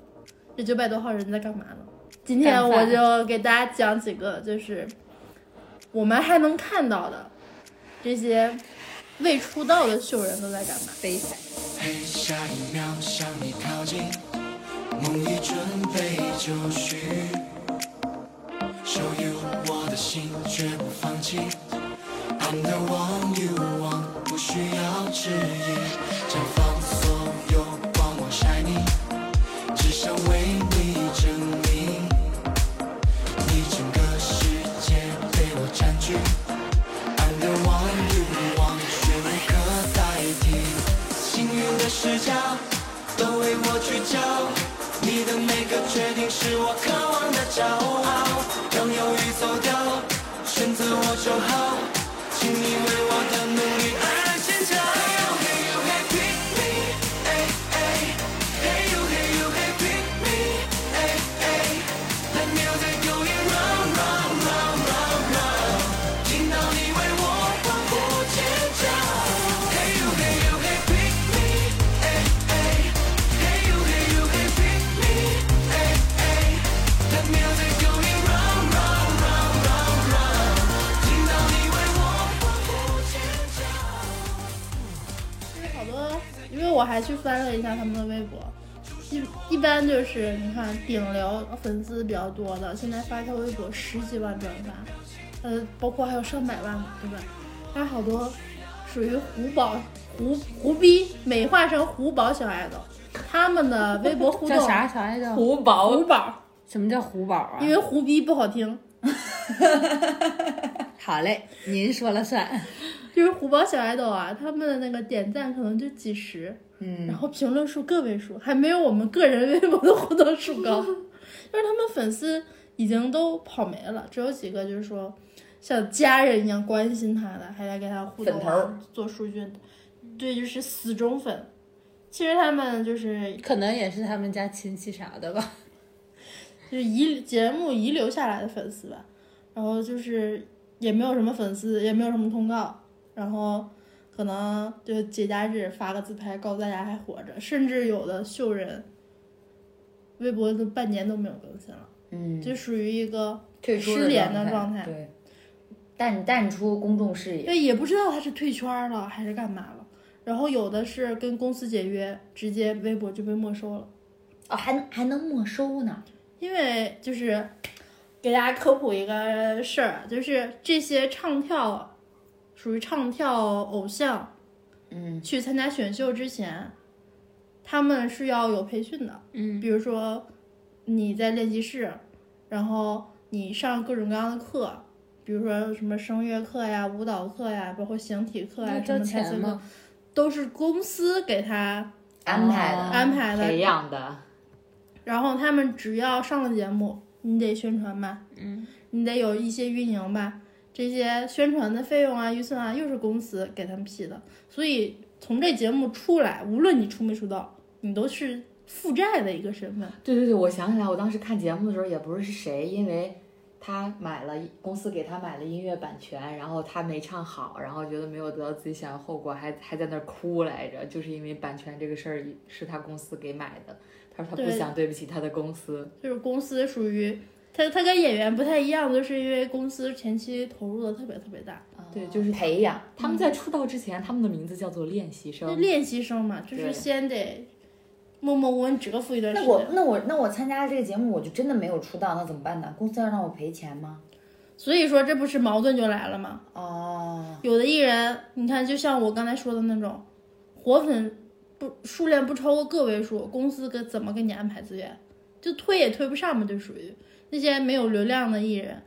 Speaker 2: 这九百多号人在干嘛呢？今天
Speaker 3: 干
Speaker 2: 我
Speaker 3: 饭
Speaker 2: 就给大家讲几个，就是我们还能看到的这些未出道的秀人都在干嘛。
Speaker 3: 北海
Speaker 6: 嘿，下一秒向你靠近，梦已准备就绪，手有我的心绝不放弃。I'm the one you want，不需要质疑，绽放所有光芒 shining，只想为你证明，你整个世界被我占据。I'm the one you want，却无可代替。幸运的视角都为我聚焦，你的每个决定是我渴望的骄傲。让犹豫走掉，选择我就好，请你为我的努力而坚强。Hey you, hey pick me, hey hey. Hey you, hey you, hey pick me, hey hey. Let music going round, round, round, round, round. 听到你为我欢呼尖叫。Hey you, hey you, hey pick me, hey hey. Hey you, hey you, hey pick me, hey hey. That music going round, round, round, round, round. 听到你为我欢呼尖叫。
Speaker 2: 就是好多，因为我还去翻了一下他们的微博，一一般就是你看顶流粉丝比较多的，现在发条微博十几万转发，呃，包括还有上百万对吧？还有好多属于胡宝胡胡逼美化成胡宝小爱豆，他们的微博互 动
Speaker 5: 叫啥啥来着？
Speaker 4: 胡宝
Speaker 2: 胡宝，
Speaker 5: 什么叫胡宝啊
Speaker 2: 因？为胡逼不好听，
Speaker 5: 好嘞，您说了算。
Speaker 2: 就是胡宝小爱豆啊，他们的那个点赞可能就几十，嗯，然后评论数个位数，还没有我们个人微博的互动数高。就是他们粉丝已经都跑没了，只有几个就是说像家人一样关心他的，还来给他互动
Speaker 1: 粉头
Speaker 2: 啊
Speaker 1: 儿、
Speaker 2: 做数据，对，就是死忠粉。其实他们就是
Speaker 5: 可能也是他们家亲戚啥的吧。
Speaker 2: 就是遗节目遗留下来的粉丝吧，然后就是也没有什么粉丝，也没有什么通告，然后可能就节假日发个自拍，告诉大家还活着，甚至有的秀人微博都半年都没有更新了，
Speaker 1: 嗯，
Speaker 2: 就属于一个
Speaker 1: 退出
Speaker 2: 失联的
Speaker 1: 状
Speaker 2: 状态，
Speaker 1: 对，淡淡出公众视野。
Speaker 2: 对，也不知道他是退圈儿了还是干嘛了，然后有的是跟公司解约，直接微博就被没收了。
Speaker 1: 哦，还还能没收呢。
Speaker 2: 因为就是给大家科普一个事儿，啊就是这些唱跳属于唱跳偶像
Speaker 1: 嗯，
Speaker 2: 去参加选秀之前，他们是要有培训的。
Speaker 5: 嗯，
Speaker 2: 比如说你在练习室，然后你上各种各样的课，比如说什么声乐课呀、舞蹈课呀，包括形体课
Speaker 5: 那，
Speaker 2: 呀什
Speaker 5: 交
Speaker 2: 么才
Speaker 5: 钱
Speaker 2: 词课
Speaker 5: 吗？，
Speaker 2: 都是公司给他
Speaker 1: 安排
Speaker 5: 啊
Speaker 1: 的。
Speaker 2: 安排的
Speaker 4: 培养的，
Speaker 2: 然后他们只要上了节目，你得宣传吧，嗯，你得有一些运营吧，这些宣传的费用啊、预算啊，又是公司给他们批的，所以从这节目出来，无论你出没出道，你都是负债的一个身份。
Speaker 4: 对对对，我想起来，我当时看节目的时候也不是是谁，因为他买了公司给他买了音乐版权，然后他没唱好，然后觉得没有得到自己想要后果，还还在那儿哭来着，就是因为版权这个事儿是他公司给买的，他说他不
Speaker 2: 对
Speaker 4: 想对不起他的公司，
Speaker 2: 就是公司属于他，他跟演员不太一样，就是因为公司前期投入的特别特别大，
Speaker 4: 对，就是
Speaker 1: 培养。
Speaker 4: 他
Speaker 2: 嗯
Speaker 4: 们在出道之前，他们的名字叫做练习
Speaker 2: 就
Speaker 4: 生，
Speaker 2: 练习生嘛，就
Speaker 4: 对
Speaker 2: 是先得默默无闻蛰伏一段
Speaker 1: 那
Speaker 2: 时间。
Speaker 1: 我那我那我参加这个节目，我就真的没有出道，那怎么办呢？公司要让我赔钱吗？
Speaker 2: 所以说这不是矛盾就来了吗？
Speaker 1: 哦，
Speaker 2: 有的艺人，你看，就像我刚才说的那种，活粉不数量不超过个位数，公司给怎么给你安排资源，就推也推不上嘛，就属于那些没有流量的艺人，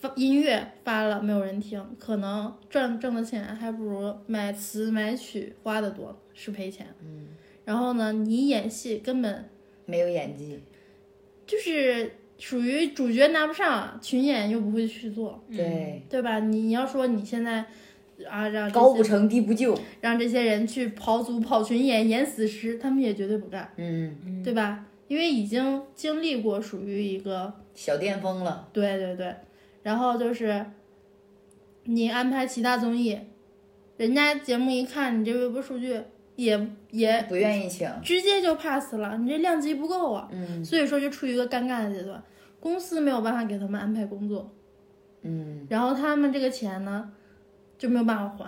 Speaker 2: 发音乐发了没有人听，可能赚挣的钱还不如买词买曲花的多，是赔钱。嗯，然后呢，你演戏根本
Speaker 1: 没有演技，
Speaker 2: 就是属于主角拿不上，群演又不会去做，
Speaker 1: 对，
Speaker 2: 对吧？你你要说你现在。啊，让这
Speaker 1: 高
Speaker 2: 些
Speaker 1: 不成低不就，
Speaker 2: 让这些人去跑组、跑群演、演死尸，他们也绝对不干，
Speaker 1: 嗯，
Speaker 2: 对吧？因为已经经历过属于一个
Speaker 1: 小巅峰了，
Speaker 2: 对对对，然后就是你安排其他综艺，人家节目一看你这微博数据也也
Speaker 1: 不愿意请，
Speaker 2: 直接就 pass 了，你这量级不够啊，
Speaker 1: 嗯
Speaker 2: 所以说就处于一个尴尬的阶段，公司没有办法给他们安排工作，
Speaker 1: 嗯
Speaker 2: 然后他们这个钱呢就没有办法还，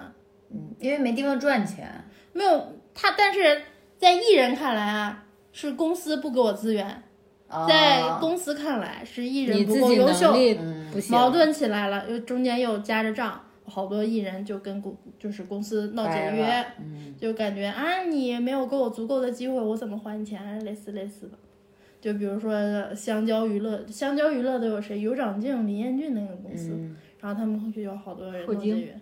Speaker 1: 嗯，因为没地方赚钱，
Speaker 2: 没有他，但是在艺人看来啊，是公司不给我资源，
Speaker 1: 啊
Speaker 2: 在公司看来是艺
Speaker 5: 你
Speaker 2: 人不
Speaker 5: 自
Speaker 2: 够
Speaker 5: 己
Speaker 2: 优
Speaker 5: 能
Speaker 2: 秀，
Speaker 5: 力
Speaker 1: 嗯
Speaker 5: 不行，
Speaker 2: 矛盾起来了，又中间又夹着账，好多艺人就跟公就是公司闹
Speaker 5: 哎
Speaker 2: 解
Speaker 1: 掰
Speaker 2: 约
Speaker 1: 了，嗯
Speaker 2: 就感觉啊你没有给我足够的机会，我怎么还你钱？类似类似的。就比如说香蕉娱乐，香蕉娱乐都有谁？尤长靖、林彦俊那个公司，
Speaker 1: 嗯，
Speaker 2: 然后他们会有好多人
Speaker 4: 霍
Speaker 2: 闹
Speaker 4: 金
Speaker 2: 解约。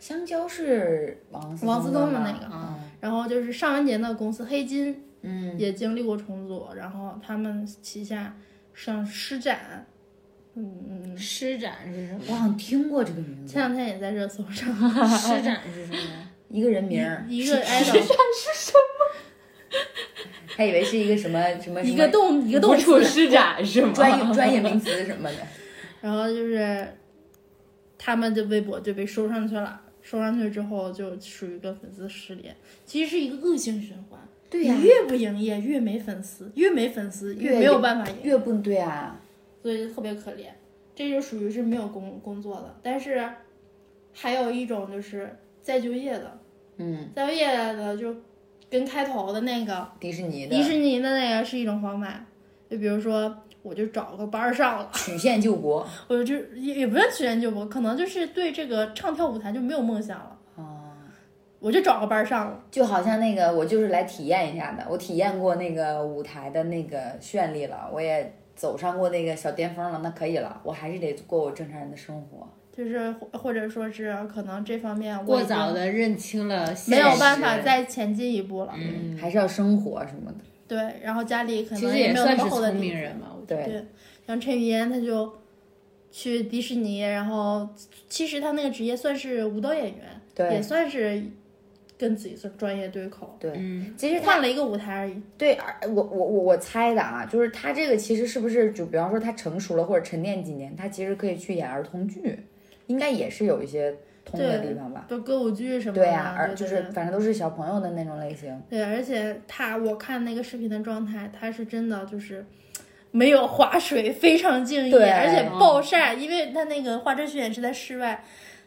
Speaker 1: 香蕉是王
Speaker 2: 王
Speaker 1: 聪
Speaker 2: 思聪的那
Speaker 1: 吧
Speaker 2: 个
Speaker 1: 啊
Speaker 2: 然后就是尚雯婕那个公司黑金
Speaker 1: 嗯，
Speaker 2: 也经历过重组，然后他们旗下像施展，嗯嗯，
Speaker 5: 施展是什么？
Speaker 1: 我好像听过这个名
Speaker 2: 前
Speaker 1: 字，
Speaker 2: 两天也在热搜上，
Speaker 5: 施展是什么？
Speaker 1: 一个人名儿，
Speaker 2: 一个哎 idol，
Speaker 1: 他以为是一个什么什么
Speaker 2: 一个
Speaker 1: 动
Speaker 2: 动一个动
Speaker 4: 到
Speaker 2: 出
Speaker 4: 处
Speaker 2: 来，
Speaker 4: 施展是吗？
Speaker 1: 专 业专业名词什么 的，
Speaker 2: 然后就是他们的微博就被收上去了，收上去之后就属于跟粉丝失联，其实是一个恶性循环。
Speaker 1: 对
Speaker 2: 你越不营业，越没粉丝，越没粉丝，
Speaker 1: 越
Speaker 2: 越没有办法营业。
Speaker 1: 越不对啊，
Speaker 2: 所以就特别可怜。这就属于是没有工工作的，但是还有一种就是再就业的，
Speaker 1: 嗯，
Speaker 2: 再就业的就跟开头的那个
Speaker 1: 迪士尼的
Speaker 2: 迪士尼的那个是一种方法，就比如说我就找个班儿上了，
Speaker 1: 曲线救国
Speaker 2: 我就也也不是曲线救国，可能就是对这个唱跳舞台就没有梦想了，
Speaker 1: 啊。
Speaker 2: 我就找个班儿上了。
Speaker 1: 就好像那个，我就是来体验一下的。我体验过那个舞台的那个绚丽了，我也走上过那个小巅峰了，那可以了。我还是得过我正常人的生活。
Speaker 2: 就是或或者说是可能这方面我
Speaker 5: 过
Speaker 2: 已经
Speaker 5: 早的认清了现实，
Speaker 2: 没有办法再前进一步了，
Speaker 1: 嗯，还是要生活什么的。
Speaker 2: 对，然后家里可
Speaker 5: 其
Speaker 2: 能
Speaker 5: 实
Speaker 2: 也没有
Speaker 5: 算
Speaker 2: 那么
Speaker 5: 是
Speaker 2: 厚的
Speaker 5: 聪
Speaker 2: 底
Speaker 5: 明
Speaker 2: 子
Speaker 5: 人吧，我觉得。
Speaker 1: 对，
Speaker 2: 像陈语嫣，她就去迪士尼，然后其实她那个职业算是舞蹈演员，
Speaker 1: 对
Speaker 2: 也算是跟自己专专业对口，
Speaker 1: 对，
Speaker 5: 嗯，
Speaker 1: 其实
Speaker 2: 换
Speaker 1: 他
Speaker 2: 了一个舞台而已。
Speaker 1: 对，而我我我我猜的啊，就是他这个其实是不是就比方说他成熟了或者沉淀几年，他其实可以去演儿童剧，应该也是有一些通的
Speaker 2: 对
Speaker 1: 地方吧？
Speaker 2: 就歌舞剧什么的，
Speaker 1: 对呀、而
Speaker 2: 对
Speaker 1: 就
Speaker 2: 对
Speaker 1: 是
Speaker 2: 对
Speaker 1: 反正都是小朋友的那种类型。
Speaker 2: 对，而且她我看那个视频的状态，她是真的就是。没有划水，非常敬
Speaker 1: 对嗯
Speaker 2: 业，而且暴晒，因为她那个花车巡演是在室外，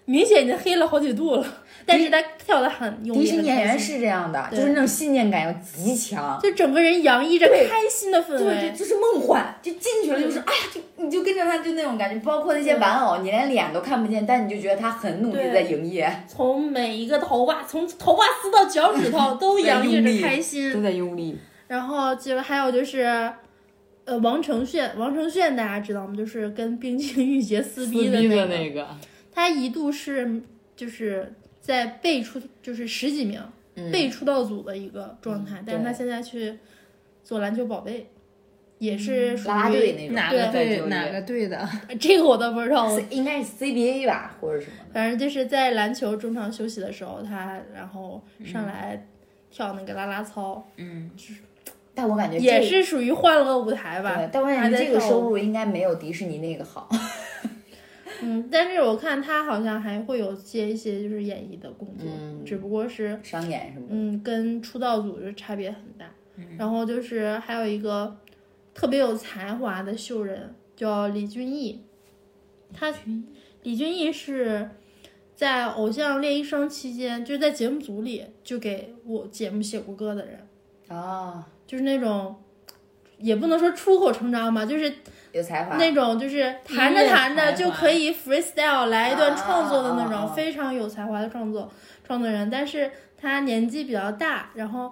Speaker 2: 明显已经黑了好几度了，但是她跳的很用力。
Speaker 1: 迪士尼演
Speaker 2: 很开
Speaker 1: 员
Speaker 2: 心
Speaker 1: 是这样的，就
Speaker 2: 对
Speaker 1: 是那种信念感要极强。
Speaker 2: 就整个人洋溢着
Speaker 1: 对
Speaker 2: 开心的氛围，
Speaker 1: 对对，就是梦幻，就进去了，
Speaker 2: 嗯
Speaker 1: 就是哎呀，就你就跟着他，就那种感觉。包括那些玩偶，你连脸都看不见，但你就觉得他很努力
Speaker 2: 对
Speaker 1: 在营业。
Speaker 2: 从每一个头发，从头发丝到脚趾头都洋溢着开心。
Speaker 4: 在用力。
Speaker 2: 然后就还有就是，呃，王承炫，王承炫大家知道吗？就是跟冰清玉洁撕
Speaker 4: 撕
Speaker 2: 逼的
Speaker 4: 逼
Speaker 2: 那
Speaker 4: 的
Speaker 2: 个，
Speaker 4: 那个，
Speaker 2: 他一度是就是在被出，就是十几名、
Speaker 1: 嗯
Speaker 2: 被出道组的一个状态，但是他
Speaker 1: 对
Speaker 2: 现在去做篮球宝贝，也是属于
Speaker 1: 啦啦嗯队那种
Speaker 5: 哪
Speaker 2: 对
Speaker 5: 个
Speaker 4: 对
Speaker 5: 队
Speaker 4: 对
Speaker 5: 哪个队的？
Speaker 2: 这个我倒不知道，我
Speaker 1: 是应该是 CBA 吧，或者什么的。
Speaker 2: 反正就是在篮球中场休息的时候，他然后上来跳那个啦啦操，
Speaker 5: 嗯，
Speaker 1: 但我感觉这
Speaker 2: 也是属于换了个舞台吧
Speaker 1: 对，。但我感
Speaker 2: 还
Speaker 1: 觉
Speaker 2: 在
Speaker 1: 这个
Speaker 2: 跳舞
Speaker 1: 收入应该没有迪士尼那个好。
Speaker 2: 嗯，但是我看他好像还会有接一些就是演艺的工作，
Speaker 1: 嗯
Speaker 2: 只不过是
Speaker 1: 商演什么的，
Speaker 2: 嗯跟出道组就差别很大。然后就是还有一个特别有才华的秀人叫李俊毅，他李俊毅是在《偶像练习生》期间，就是在节目组里就给我节目写过歌的人。嗯
Speaker 1: 哦，
Speaker 2: 就是那种，也不能说出口成章吧，就是
Speaker 1: 有才华。
Speaker 2: 那种就是弹
Speaker 5: 音
Speaker 2: 着
Speaker 5: 乐才
Speaker 2: 弹着
Speaker 5: 华
Speaker 2: 就可以 freestyle 来一段创作的那
Speaker 1: 啊啊啊
Speaker 2: 种
Speaker 1: 啊
Speaker 2: 非常有才华的创作创作人，但是他年纪比较大，然后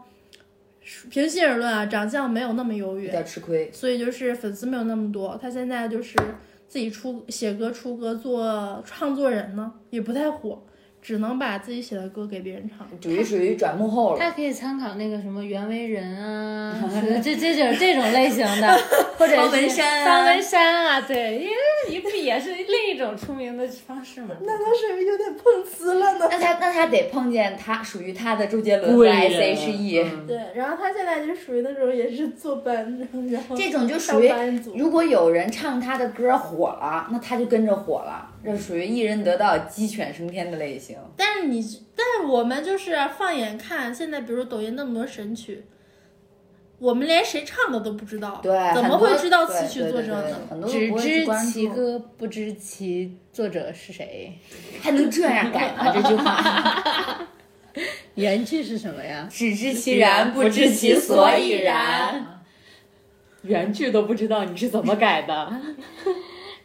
Speaker 2: 平心而论啊，长相没有那么优
Speaker 1: 比
Speaker 2: 越
Speaker 1: 较，吃亏，
Speaker 2: 所以就是粉丝没有那么多。他现在就是自己出写歌出歌做创作人呢，也不太火，只能把自己写的歌给别人唱。
Speaker 1: 属于属于转幕后了。
Speaker 5: 他可以参考那个什么袁惟仁啊， 这这这种这种类型的，或者是
Speaker 1: 方文山啊
Speaker 5: 方文山啊，对，因为你不也是另一种出名的方式吗？
Speaker 1: 那他那他得碰见他属于他的周杰伦和
Speaker 4: 贵嗯
Speaker 1: S.H.E。
Speaker 2: 对，然后他现在就属于那种也是坐班，然后
Speaker 1: 这种就属于
Speaker 2: 上班族
Speaker 1: 如果有人唱他的歌火了，那他就跟着火了，这属于一人得道鸡犬升天的类型。
Speaker 2: 但是你，但是我们就是放眼看，现在比如抖音那么多神曲，我们连谁唱的都不知道，
Speaker 1: 对，
Speaker 2: 怎
Speaker 1: 很
Speaker 2: 么
Speaker 1: 多
Speaker 2: 会知道
Speaker 1: 对
Speaker 2: 词
Speaker 1: 对
Speaker 2: 曲
Speaker 1: 对
Speaker 2: 作者
Speaker 1: 对
Speaker 2: 呢？
Speaker 1: 很多都
Speaker 5: 只
Speaker 1: 不会去
Speaker 5: 知
Speaker 1: 关注
Speaker 5: 其歌，不知其作者是谁。
Speaker 1: 还能这样改吗？这句话。
Speaker 3: 言句是什么呀？
Speaker 1: 只知其然，不知其所以然。
Speaker 4: 原句都不知道你是怎么改的。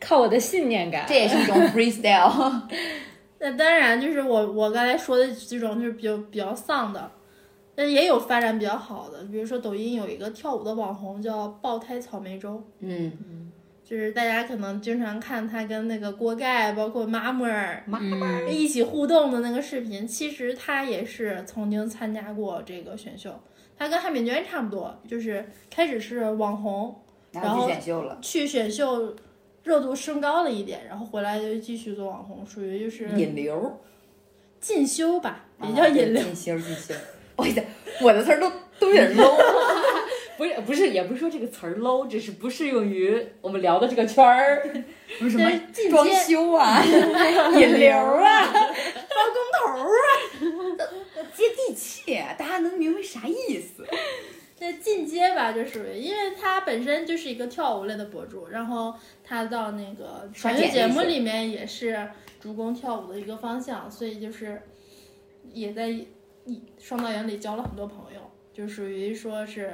Speaker 3: 靠我的信念感。
Speaker 1: 这也是一种 freestyle。
Speaker 2: 那当然，就是我我刚才说的这种就是比较比较丧的，但是也有发展比较好的，比如说抖音有一个跳舞的网红叫爆胎草莓粥，
Speaker 1: 嗯，
Speaker 2: 就是大家可能经常看他跟那个锅盖，包括妈妈儿
Speaker 4: 妈妈，
Speaker 2: 一起互动的那个视频，其实他也是曾经参加过这个选秀，他跟汉敏娟差不多，就是开始是网红，
Speaker 1: 然后去选秀了，
Speaker 2: 去选秀热度升高了一点，然后回来就继续做网红，属于就是
Speaker 1: 引流，
Speaker 2: 进修吧，也
Speaker 1: 啊
Speaker 2: 叫引流。
Speaker 1: 进修进修。 我的我的词儿都都有点 low。
Speaker 4: 不是不是，也不是说这个词儿 low，只是不适用于我们聊的这个圈儿。不是什么
Speaker 2: 但是进
Speaker 1: 装
Speaker 2: 阶
Speaker 1: 修 啊，引流啊， 呃
Speaker 2: 工头儿，
Speaker 1: 接地气，大家能明白啥意思？
Speaker 2: 这进阶吧，就属于，因为他本身就是一个跳舞类的博主，然后他到那个
Speaker 1: 刷简
Speaker 2: 选
Speaker 1: 历
Speaker 2: 秀节目
Speaker 1: 是吧
Speaker 2: 里面也是主攻跳舞的一个方向，所以就是也在一双道营里交了很多朋友，就属于说是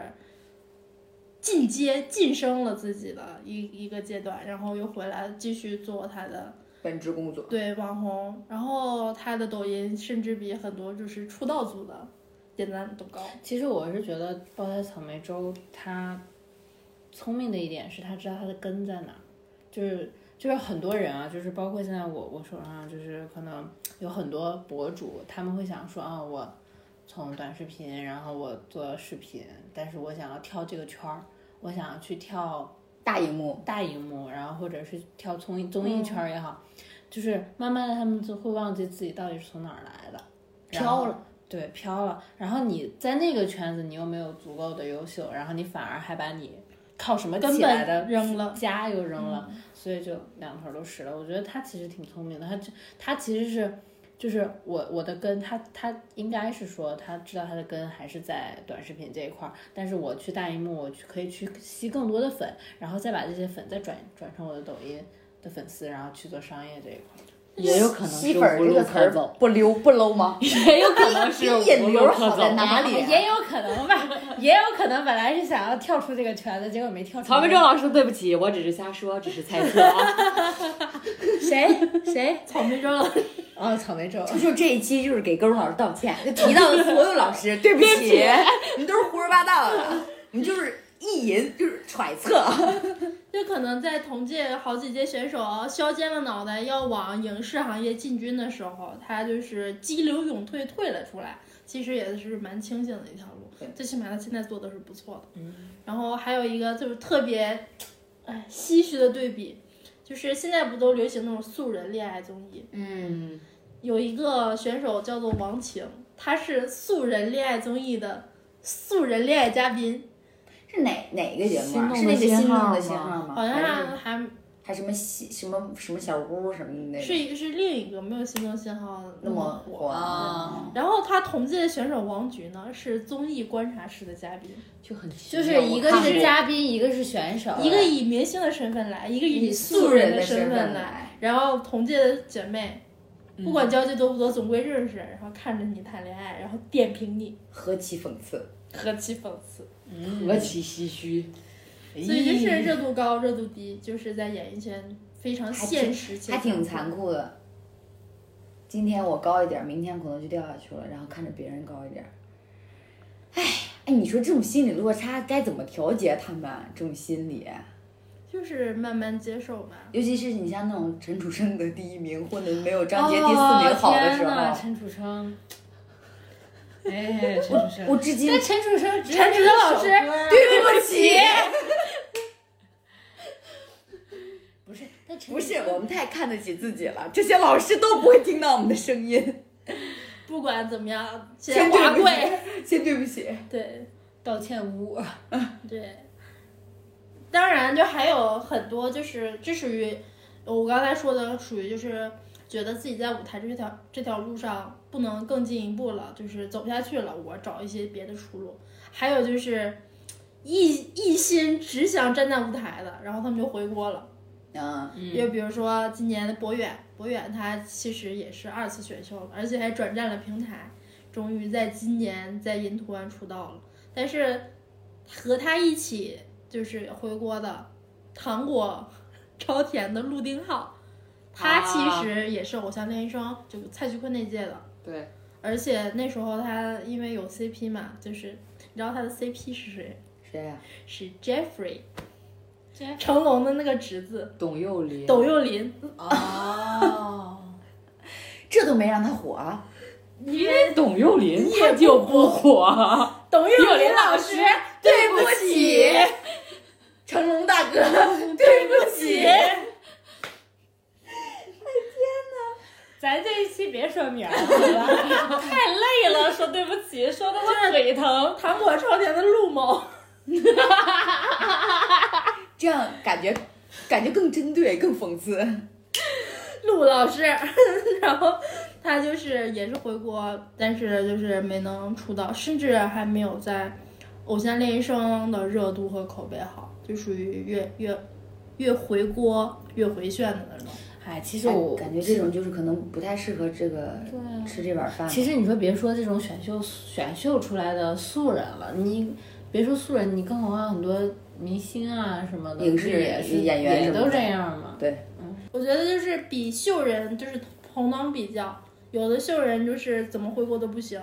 Speaker 2: 进阶晋升了自己的一一个阶段，然后又回来继续做他的
Speaker 1: 本职工作，
Speaker 2: 对网红，然后他的抖音甚至比很多就是出道组的点赞都高。
Speaker 3: 其实我是觉得爆胎草莓粥，它聪明的一点是它知道它的根在哪儿，就是就是很多人啊，就是包括现在我我手上啊就是可能有很多博主，他们会想说啊，我从短视频，然后我做视频，但是我想要跳这个圈儿，我想要去跳
Speaker 1: 大荧幕，
Speaker 3: 大荧幕，然后或者是跳综艺综艺圈儿也好，就是慢慢的他们就会忘记自己到底是从哪儿来的，然后
Speaker 1: 飘。
Speaker 3: 对，飘了。然后你在那个圈子，你又没有足够的优秀，然后你反而还把你靠什么
Speaker 2: 根
Speaker 3: 起
Speaker 2: 本
Speaker 3: 来的
Speaker 2: 扔了。
Speaker 3: 家又扔了，
Speaker 4: 嗯
Speaker 3: 所以就两头都湿了。我觉得他其实挺聪明的，他这他其实是就是我我的根，他他应该是说他知道他的根还是在短视频这一块儿，但是我去大荧幕，我去可以去吸更多的粉，然后再把这些粉再转转成我的抖音的粉丝，然后去做商业这一块儿。
Speaker 4: 也有可能
Speaker 1: 吸
Speaker 4: 是
Speaker 1: 粉儿
Speaker 4: 无
Speaker 1: 这
Speaker 4: 路
Speaker 1: 个词
Speaker 4: 可
Speaker 1: 儿
Speaker 4: 走，
Speaker 1: 不溜不 low 吗？
Speaker 4: 也有可能是
Speaker 1: 比 引
Speaker 4: 无
Speaker 1: 流
Speaker 4: 路
Speaker 1: 好
Speaker 4: 可
Speaker 1: 在
Speaker 4: 走。
Speaker 1: 哪里？啊
Speaker 3: 也有可能吧，也有可能本来是想要跳出这个圈子，结果没跳出。
Speaker 4: 曹文正老师，对不起，我只是瞎说，只是猜测 啊。
Speaker 3: 谁 谁？
Speaker 2: 草莓扔了，
Speaker 3: 哦，草莓粥。
Speaker 1: 就这一期就是给各种老师道歉，就提到的所有老师， 对不起，你们都是胡说八道的，你们就是意淫，就是揣测。
Speaker 2: 就可能在同届好几届选手削尖了脑袋要往影视行业进军的时候，他就是激流勇退退了出来，其实也是蛮清醒的一条路
Speaker 1: 对。
Speaker 2: 最起码他现在做的是不错的。然后还有一个就是特别，哎，唏嘘的对比，就是现在不都流行那种素人恋爱综艺？
Speaker 1: 嗯，
Speaker 2: 有一个选手叫做王晴，他是素人恋爱综艺的素人恋爱嘉宾。
Speaker 1: 是哪哪个节目啊？是那
Speaker 4: 心动的
Speaker 1: 个心
Speaker 4: 信号
Speaker 1: 动的
Speaker 4: 吗
Speaker 1: 信号吗？
Speaker 2: 好像
Speaker 1: 啊还是
Speaker 2: 还还
Speaker 1: 还什么西什么什么小屋什么的那
Speaker 2: 是
Speaker 1: 种
Speaker 2: 一个是另一个没有心动信号
Speaker 1: 那么
Speaker 2: 么
Speaker 1: 火
Speaker 2: 火。
Speaker 1: 啊？
Speaker 2: 然后他同届的选手王菊呢是综艺观察室的嘉宾，
Speaker 4: 就很
Speaker 5: 就
Speaker 4: 奇妙
Speaker 5: 是一个
Speaker 4: 我看
Speaker 5: 是
Speaker 4: 过
Speaker 5: 嘉宾，一个是选手，
Speaker 2: 一个以明星的身份来，一个
Speaker 1: 呃以
Speaker 2: 素
Speaker 1: 素人
Speaker 2: 的
Speaker 1: 的身
Speaker 2: 份
Speaker 1: 份
Speaker 2: 来
Speaker 1: 来。
Speaker 2: 然后同届的姐妹，不管交际多不多，总归认识，然后看着你谈恋爱，然后点评你，
Speaker 1: 何其讽刺！
Speaker 2: 何其讽刺。
Speaker 4: 何其唏嘘。
Speaker 1: 哎
Speaker 2: 所以就是热度高，热度低，就是在演艺圈非常
Speaker 1: 还挺
Speaker 2: 现实且
Speaker 1: 还挺残酷的。今天我高一点儿，明天可能就掉下去了，然后看着别人高一点儿。哎，哎，你说这种心理落差该怎么调节？他们啊这种心理，
Speaker 2: 就是慢慢接受吧。
Speaker 1: 尤其是你像那种陈楚生得第一名，或者没有张杰第四
Speaker 3: 哦
Speaker 1: 名好的时
Speaker 5: 天哪
Speaker 1: 候，
Speaker 5: 陈楚生，
Speaker 3: 哎，陈楚生。
Speaker 1: 我至今
Speaker 5: 那陈楚生直接
Speaker 2: 陈楚生老师
Speaker 5: 那首歌啊
Speaker 1: 对不起，
Speaker 5: 不是，那陈
Speaker 1: 不
Speaker 5: 楚
Speaker 1: 是
Speaker 5: 生
Speaker 1: 我们太看得起自己了，这些老师都不会听到我们的声音，
Speaker 2: 不管怎么样，
Speaker 1: 先
Speaker 2: 先
Speaker 1: 对
Speaker 2: 华
Speaker 1: 不
Speaker 2: 贵，
Speaker 1: 起，先对不起，
Speaker 2: 对
Speaker 5: 道歉屋，
Speaker 2: 对。当然，就还有很多，就是这属于我刚才说的，属于就是觉得自己在舞台这条这条路上不能更进一步了，就是走不下去了，我找一些别的出路。还有就是一一心只想站在舞台的，然后他们就回国了。
Speaker 1: 嗯，
Speaker 2: 就比如说今年的博远，博远他其实也是二次选秀，而且还转战了平台，终于在今年在银图湾出道了。但是和他一起就是回国的糖果 超甜的陆丁浩，他其实也是《偶像练习生》就蔡徐坤那届的。
Speaker 4: 对，
Speaker 2: 而且那时候他因为有 CP 嘛，就是你知道他的 CP 是谁？
Speaker 4: 谁呀、
Speaker 2: 是 Jeffrey，成龙的那个侄子
Speaker 4: 董又霖。
Speaker 2: 董又霖，
Speaker 3: 哦，
Speaker 1: 这都没让他火啊，
Speaker 2: 因为
Speaker 4: 董又霖他就不火，
Speaker 2: 董又霖老
Speaker 1: 师
Speaker 2: 师，
Speaker 1: 对不起，成龙大哥， 对不起。
Speaker 3: 咱这一期别说名儿了，太累了，说对不起，说的我腿疼。
Speaker 2: 糖果超甜的陆某，
Speaker 1: 这样感觉感觉更针对，更讽刺。
Speaker 2: 陆老师， 然后他就是也是回国，但是就是没能出道，甚至还没有在《偶像练习生》的热度和口碑好，就属于越越越回锅越回旋的那种。
Speaker 3: 哎，其实我
Speaker 5: 感觉这种就是可能不太适合这个吃这碗饭。
Speaker 3: 哎其实你说别说这种选秀选秀出来的素人了，你别说素人，你更何况很多明星啊什么的，
Speaker 5: 影
Speaker 3: 不
Speaker 5: 视
Speaker 3: 是也是
Speaker 5: 演员
Speaker 3: 也
Speaker 5: 什么
Speaker 3: 都
Speaker 5: 的
Speaker 3: 这样嘛。
Speaker 5: 对，
Speaker 2: 我觉得就是比秀人就是同等比较，有的秀人就是怎么回国都不行。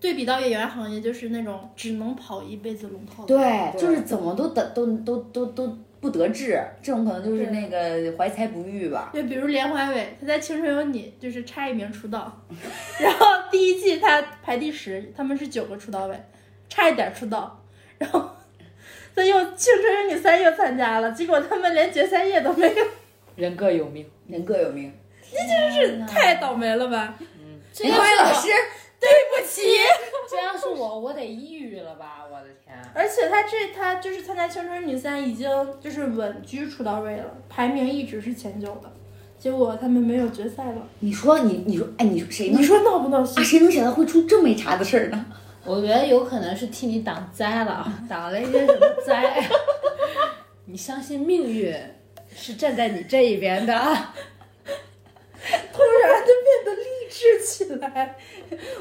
Speaker 2: 对比到演员行业，就是那种只能跑一辈子龙套的。
Speaker 5: 对，就是怎么都得都都都都不得志，这种可能就是
Speaker 2: 对
Speaker 5: 那个怀才不遇吧。
Speaker 2: 对，比如连环伟，他在《青春有你》就是差一名出道，然后第一季他排第十，他们是九个出道位，差一点出道，然后他又《青春有你三》又参加了，结果他们连决赛夜都没有，
Speaker 4: 人各有命。
Speaker 5: 人各有命。
Speaker 2: 就是太倒霉了吧？嗯
Speaker 3: 这
Speaker 5: 林
Speaker 3: 要
Speaker 5: 辉
Speaker 3: 是
Speaker 5: 老
Speaker 3: 我
Speaker 5: 师，
Speaker 3: 这要是我，我得抑郁了吧？我的天！
Speaker 2: 而且他这他就是参加《青春女三》已经就是稳居出道位了，排名一直是前九的，结果他们没有决赛了。
Speaker 5: 你说你你说哎，你说谁能
Speaker 2: 你说闹不闹心
Speaker 5: 啊？？谁能想到会出这么一茬子事儿呢？
Speaker 3: 我觉得有可能是替你挡灾了，啊挡了一些什么灾？ 你相信命运是站在你这一边 的。啊
Speaker 2: 突然就变得励志起来。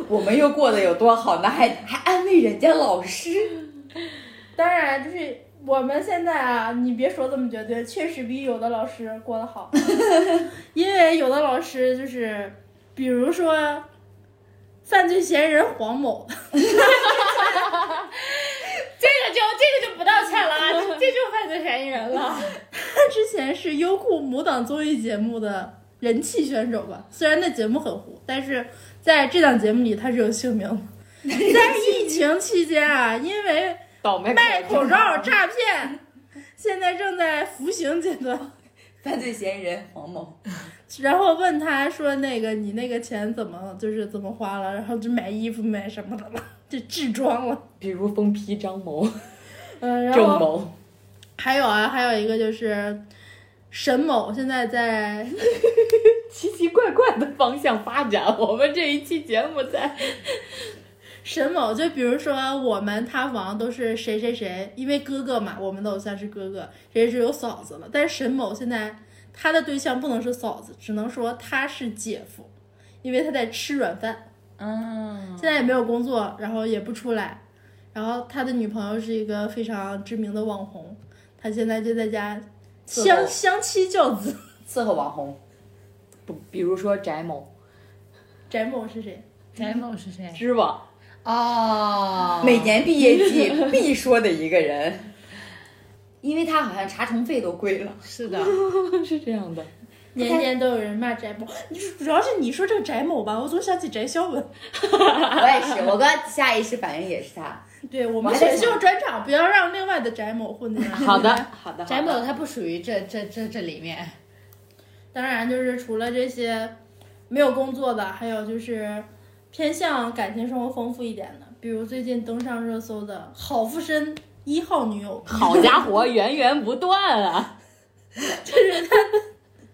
Speaker 5: 我们又过得有多好呢？还还安慰人家老师？
Speaker 2: 当然，就是我们现在啊，你别说这么绝对，确实比有的老师过得 好，因为有的老师就是，比如说犯罪嫌疑人黄某，
Speaker 3: 这个就这个就不道歉 了啊，这这就犯罪嫌疑人了。
Speaker 2: 他之前是优酷母档综艺节目的人气选手吧，虽然那节目很糊，但是在这档节目里他是有姓名 的。在疫情期间啊，因为
Speaker 4: 倒霉
Speaker 2: 戴口罩诈骗，现在正在服刑阶段。
Speaker 5: 犯罪嫌疑人黄某，
Speaker 2: 然后问他说：“那个你那个钱怎么就是怎么花了？然后就买衣服买什么的了，就置装了。
Speaker 4: 比如疯批张某、
Speaker 2: 嗯，然
Speaker 4: 郑
Speaker 2: 后
Speaker 4: 某，
Speaker 2: 还有啊，还有一个就是沈某现在在
Speaker 4: 奇奇怪怪的方向发展。我们这一期节目在
Speaker 2: 沈某，就比如说我们塌房都是谁谁谁，因为哥哥嘛，我们的偶像是哥哥，谁谁谁有嫂子了。但是沈某现在他的对象不能是嫂子，只能说他是姐夫，因为他在吃软饭。
Speaker 3: 嗯，
Speaker 2: 现在也没有工作，然后也不出来。然后他的女朋友是一个非常知名的网红，他现在就在家
Speaker 5: 伺
Speaker 2: 相
Speaker 5: 候
Speaker 2: 相妻教子。
Speaker 5: 伺候网红，
Speaker 4: 不，比如说翟某、
Speaker 2: 翟某是谁？
Speaker 3: 翟某是谁？
Speaker 4: 知网，
Speaker 3: 哦，
Speaker 5: 每年毕业季必说的一个人，因为他好像查重费都贵 了。
Speaker 3: 是的，
Speaker 4: 是这样的。
Speaker 2: 年年都有人骂翟某，你说主要是你说这个翟某吧，我总想起翟潇闻。
Speaker 5: 我也是，我刚下意识反应也是他。
Speaker 2: 对我
Speaker 5: 我
Speaker 2: 们
Speaker 5: 还在
Speaker 2: 选秀专场不要让另外的翟某混进来。
Speaker 4: 好的，好的。
Speaker 3: 翟某他不属于这这这这里面。
Speaker 2: 当然，就是除了这些没有工作的，还有就是偏向感情生活丰富一点的，比如最近登上热搜的郝富申一号女友
Speaker 4: 好家伙，源源不断啊！
Speaker 2: 就是他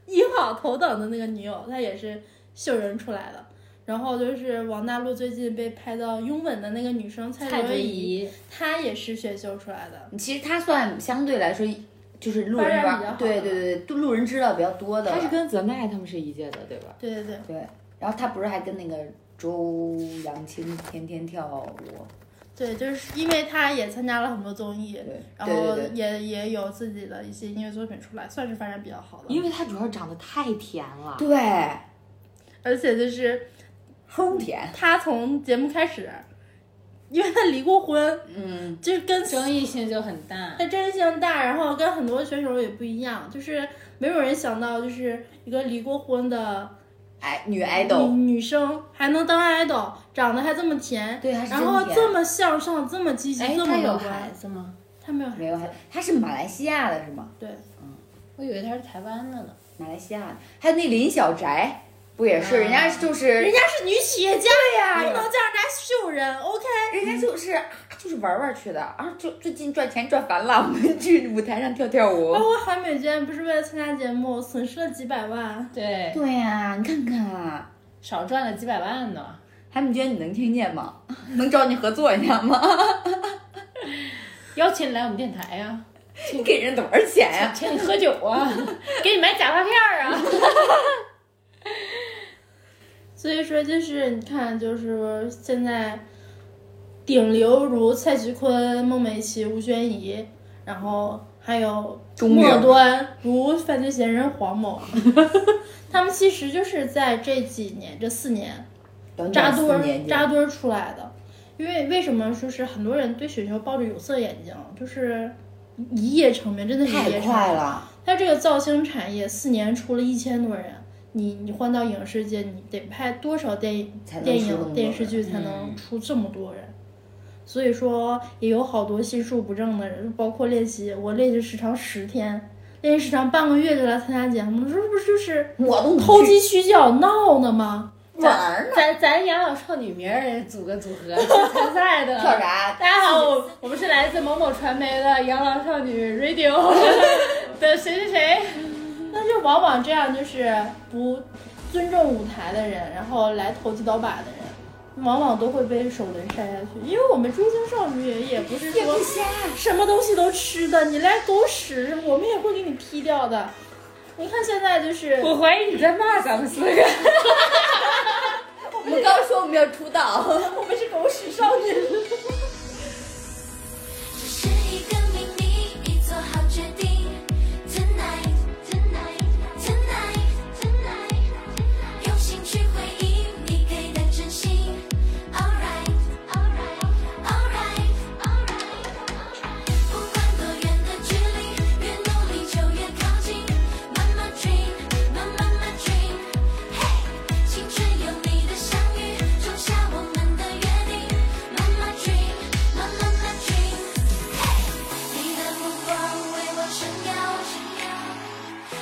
Speaker 2: 一号头等的那个女友，她也是秀人出来的。然后就是王大陆最近被拍到拥吻的那个女生蔡
Speaker 3: 蔡
Speaker 2: 卓
Speaker 3: 卓
Speaker 2: 宜，
Speaker 3: 宜，
Speaker 2: 她也是选秀出来的。
Speaker 5: 其实他算相对来说就是路
Speaker 2: 发
Speaker 5: 人
Speaker 2: 展比较
Speaker 5: 玩，
Speaker 2: 好
Speaker 5: 对
Speaker 2: 的
Speaker 5: 对对对，路人知道比较多的
Speaker 4: 他是
Speaker 5: 了。
Speaker 4: 跟泽奈他们是一届的，对吧？
Speaker 2: 对对对，
Speaker 5: 对，然后他不是还跟那个
Speaker 1: 周扬青天天跳舞，
Speaker 2: 对，就是因为他也参加了很多综艺，
Speaker 1: 对
Speaker 2: 然
Speaker 1: 对
Speaker 2: 后
Speaker 1: 对对，
Speaker 2: 也也有自己的一些音乐作品出来，算是发展比较好的。
Speaker 4: 因为他主要长得太甜
Speaker 2: 哦
Speaker 4: 了，
Speaker 1: 对，
Speaker 2: 而且就是
Speaker 1: 齁甜，
Speaker 2: 他从节目开始，因为他离过婚，
Speaker 1: 嗯，
Speaker 2: 就是跟
Speaker 3: 争议性就很大。
Speaker 2: 他争议性大，然后跟很多选手也不一样，就是没有人想到，就是一个离过婚的
Speaker 1: 哎，女
Speaker 2: 女
Speaker 1: idol，
Speaker 2: 女生还能当 idol，长得还这么甜，
Speaker 4: 对，还是
Speaker 2: 然
Speaker 4: 真
Speaker 2: 后
Speaker 4: 甜。
Speaker 2: 这么向上，这么积极，
Speaker 3: 哎，
Speaker 2: 这
Speaker 3: 他
Speaker 2: 么
Speaker 3: 有
Speaker 2: 乐
Speaker 3: 孩
Speaker 2: 观。
Speaker 3: 子吗？
Speaker 2: 他没有孩子，
Speaker 1: 没有，她是马来西亚的是吗？
Speaker 2: 对，
Speaker 3: 我以为他是台湾的呢。
Speaker 1: 马来西亚的，还有那林小宅，不也是？
Speaker 3: 啊
Speaker 1: 人家就是
Speaker 2: 人家是女企业家，
Speaker 1: 对呀、
Speaker 2: 不能叫人家秀人，OK？
Speaker 1: 人家就是啊，就是玩玩去的啊，就最近赚钱赚烦了，我们去舞台上跳跳舞
Speaker 2: 包。括韩美娟不是为了参加节目损失了几百万，
Speaker 3: 对，
Speaker 1: 对呀、你看看啊，
Speaker 3: 少赚了几百万呢。
Speaker 1: 韩敏娟，你能听见吗？ 能找你合作一下吗？
Speaker 3: 邀请你来我们电台呀、
Speaker 1: 你给人多少钱呀、
Speaker 3: 请你喝酒啊， 给你买假发片儿啊。
Speaker 2: 所以说就是你看，就是现在顶流如蔡徐坤、孟美岐、吴宣仪，然后还有
Speaker 1: 中
Speaker 2: 末
Speaker 1: 流
Speaker 2: 端如犯罪嫌疑人黄某， 他们其实就是在这几年这四年
Speaker 1: 短
Speaker 2: 扎
Speaker 1: 短
Speaker 2: 堆
Speaker 1: 四
Speaker 2: 儿
Speaker 1: 年
Speaker 2: 扎
Speaker 1: 间，
Speaker 2: 堆儿出来的。因为为什么说是很多人对选秀抱着有色眼镜，就是一夜成名，真的是一
Speaker 1: 太
Speaker 2: 夜成名
Speaker 1: 快。了。
Speaker 2: 它这个造星产业四年出了一千多人，你你换到影视界，你得拍多少电影
Speaker 1: 才、能
Speaker 2: 电
Speaker 1: 出这么多人
Speaker 2: 影、电视剧才能
Speaker 3: 嗯
Speaker 2: 出这么多人？所以说也有好多心术不正的人，包括练习，我练习时长十天，练习时长半个月就来参加节目，这不就是
Speaker 1: 我都
Speaker 2: 偷鸡取巧闹呢吗？
Speaker 1: 玩儿呢，
Speaker 3: 咱咱养老少女明儿也组个组合去参赛的。
Speaker 1: 跳啥？
Speaker 3: 大家好，我我们是来自某某传媒的养老少 女 Radio 的谁谁谁。
Speaker 2: 但是往往这样就是不尊重舞台的人，然后来投机倒把的人，往往都会被首轮筛下去。因为我们追星少女也也不是啊说什么东西都吃的，你来狗屎，我们也会给你劈掉的。你看现在就是
Speaker 3: 我怀疑你在骂咱们四个。
Speaker 1: 我们刚说我们要出道，
Speaker 2: 我们是狗屎少女。
Speaker 7: 这是一个秘密，已做好决定。Tonight, tonight, tonight, tonight，用心去回应你给的真心。Alright, alright, alright, alright。不管多远的距离，越努力就越靠近。慢慢 dream, 慢慢慢 dream。嘿，青春有你的相遇，种下我们的约定。慢慢 dream, 慢慢慢 dream。你的目光为我撑腰，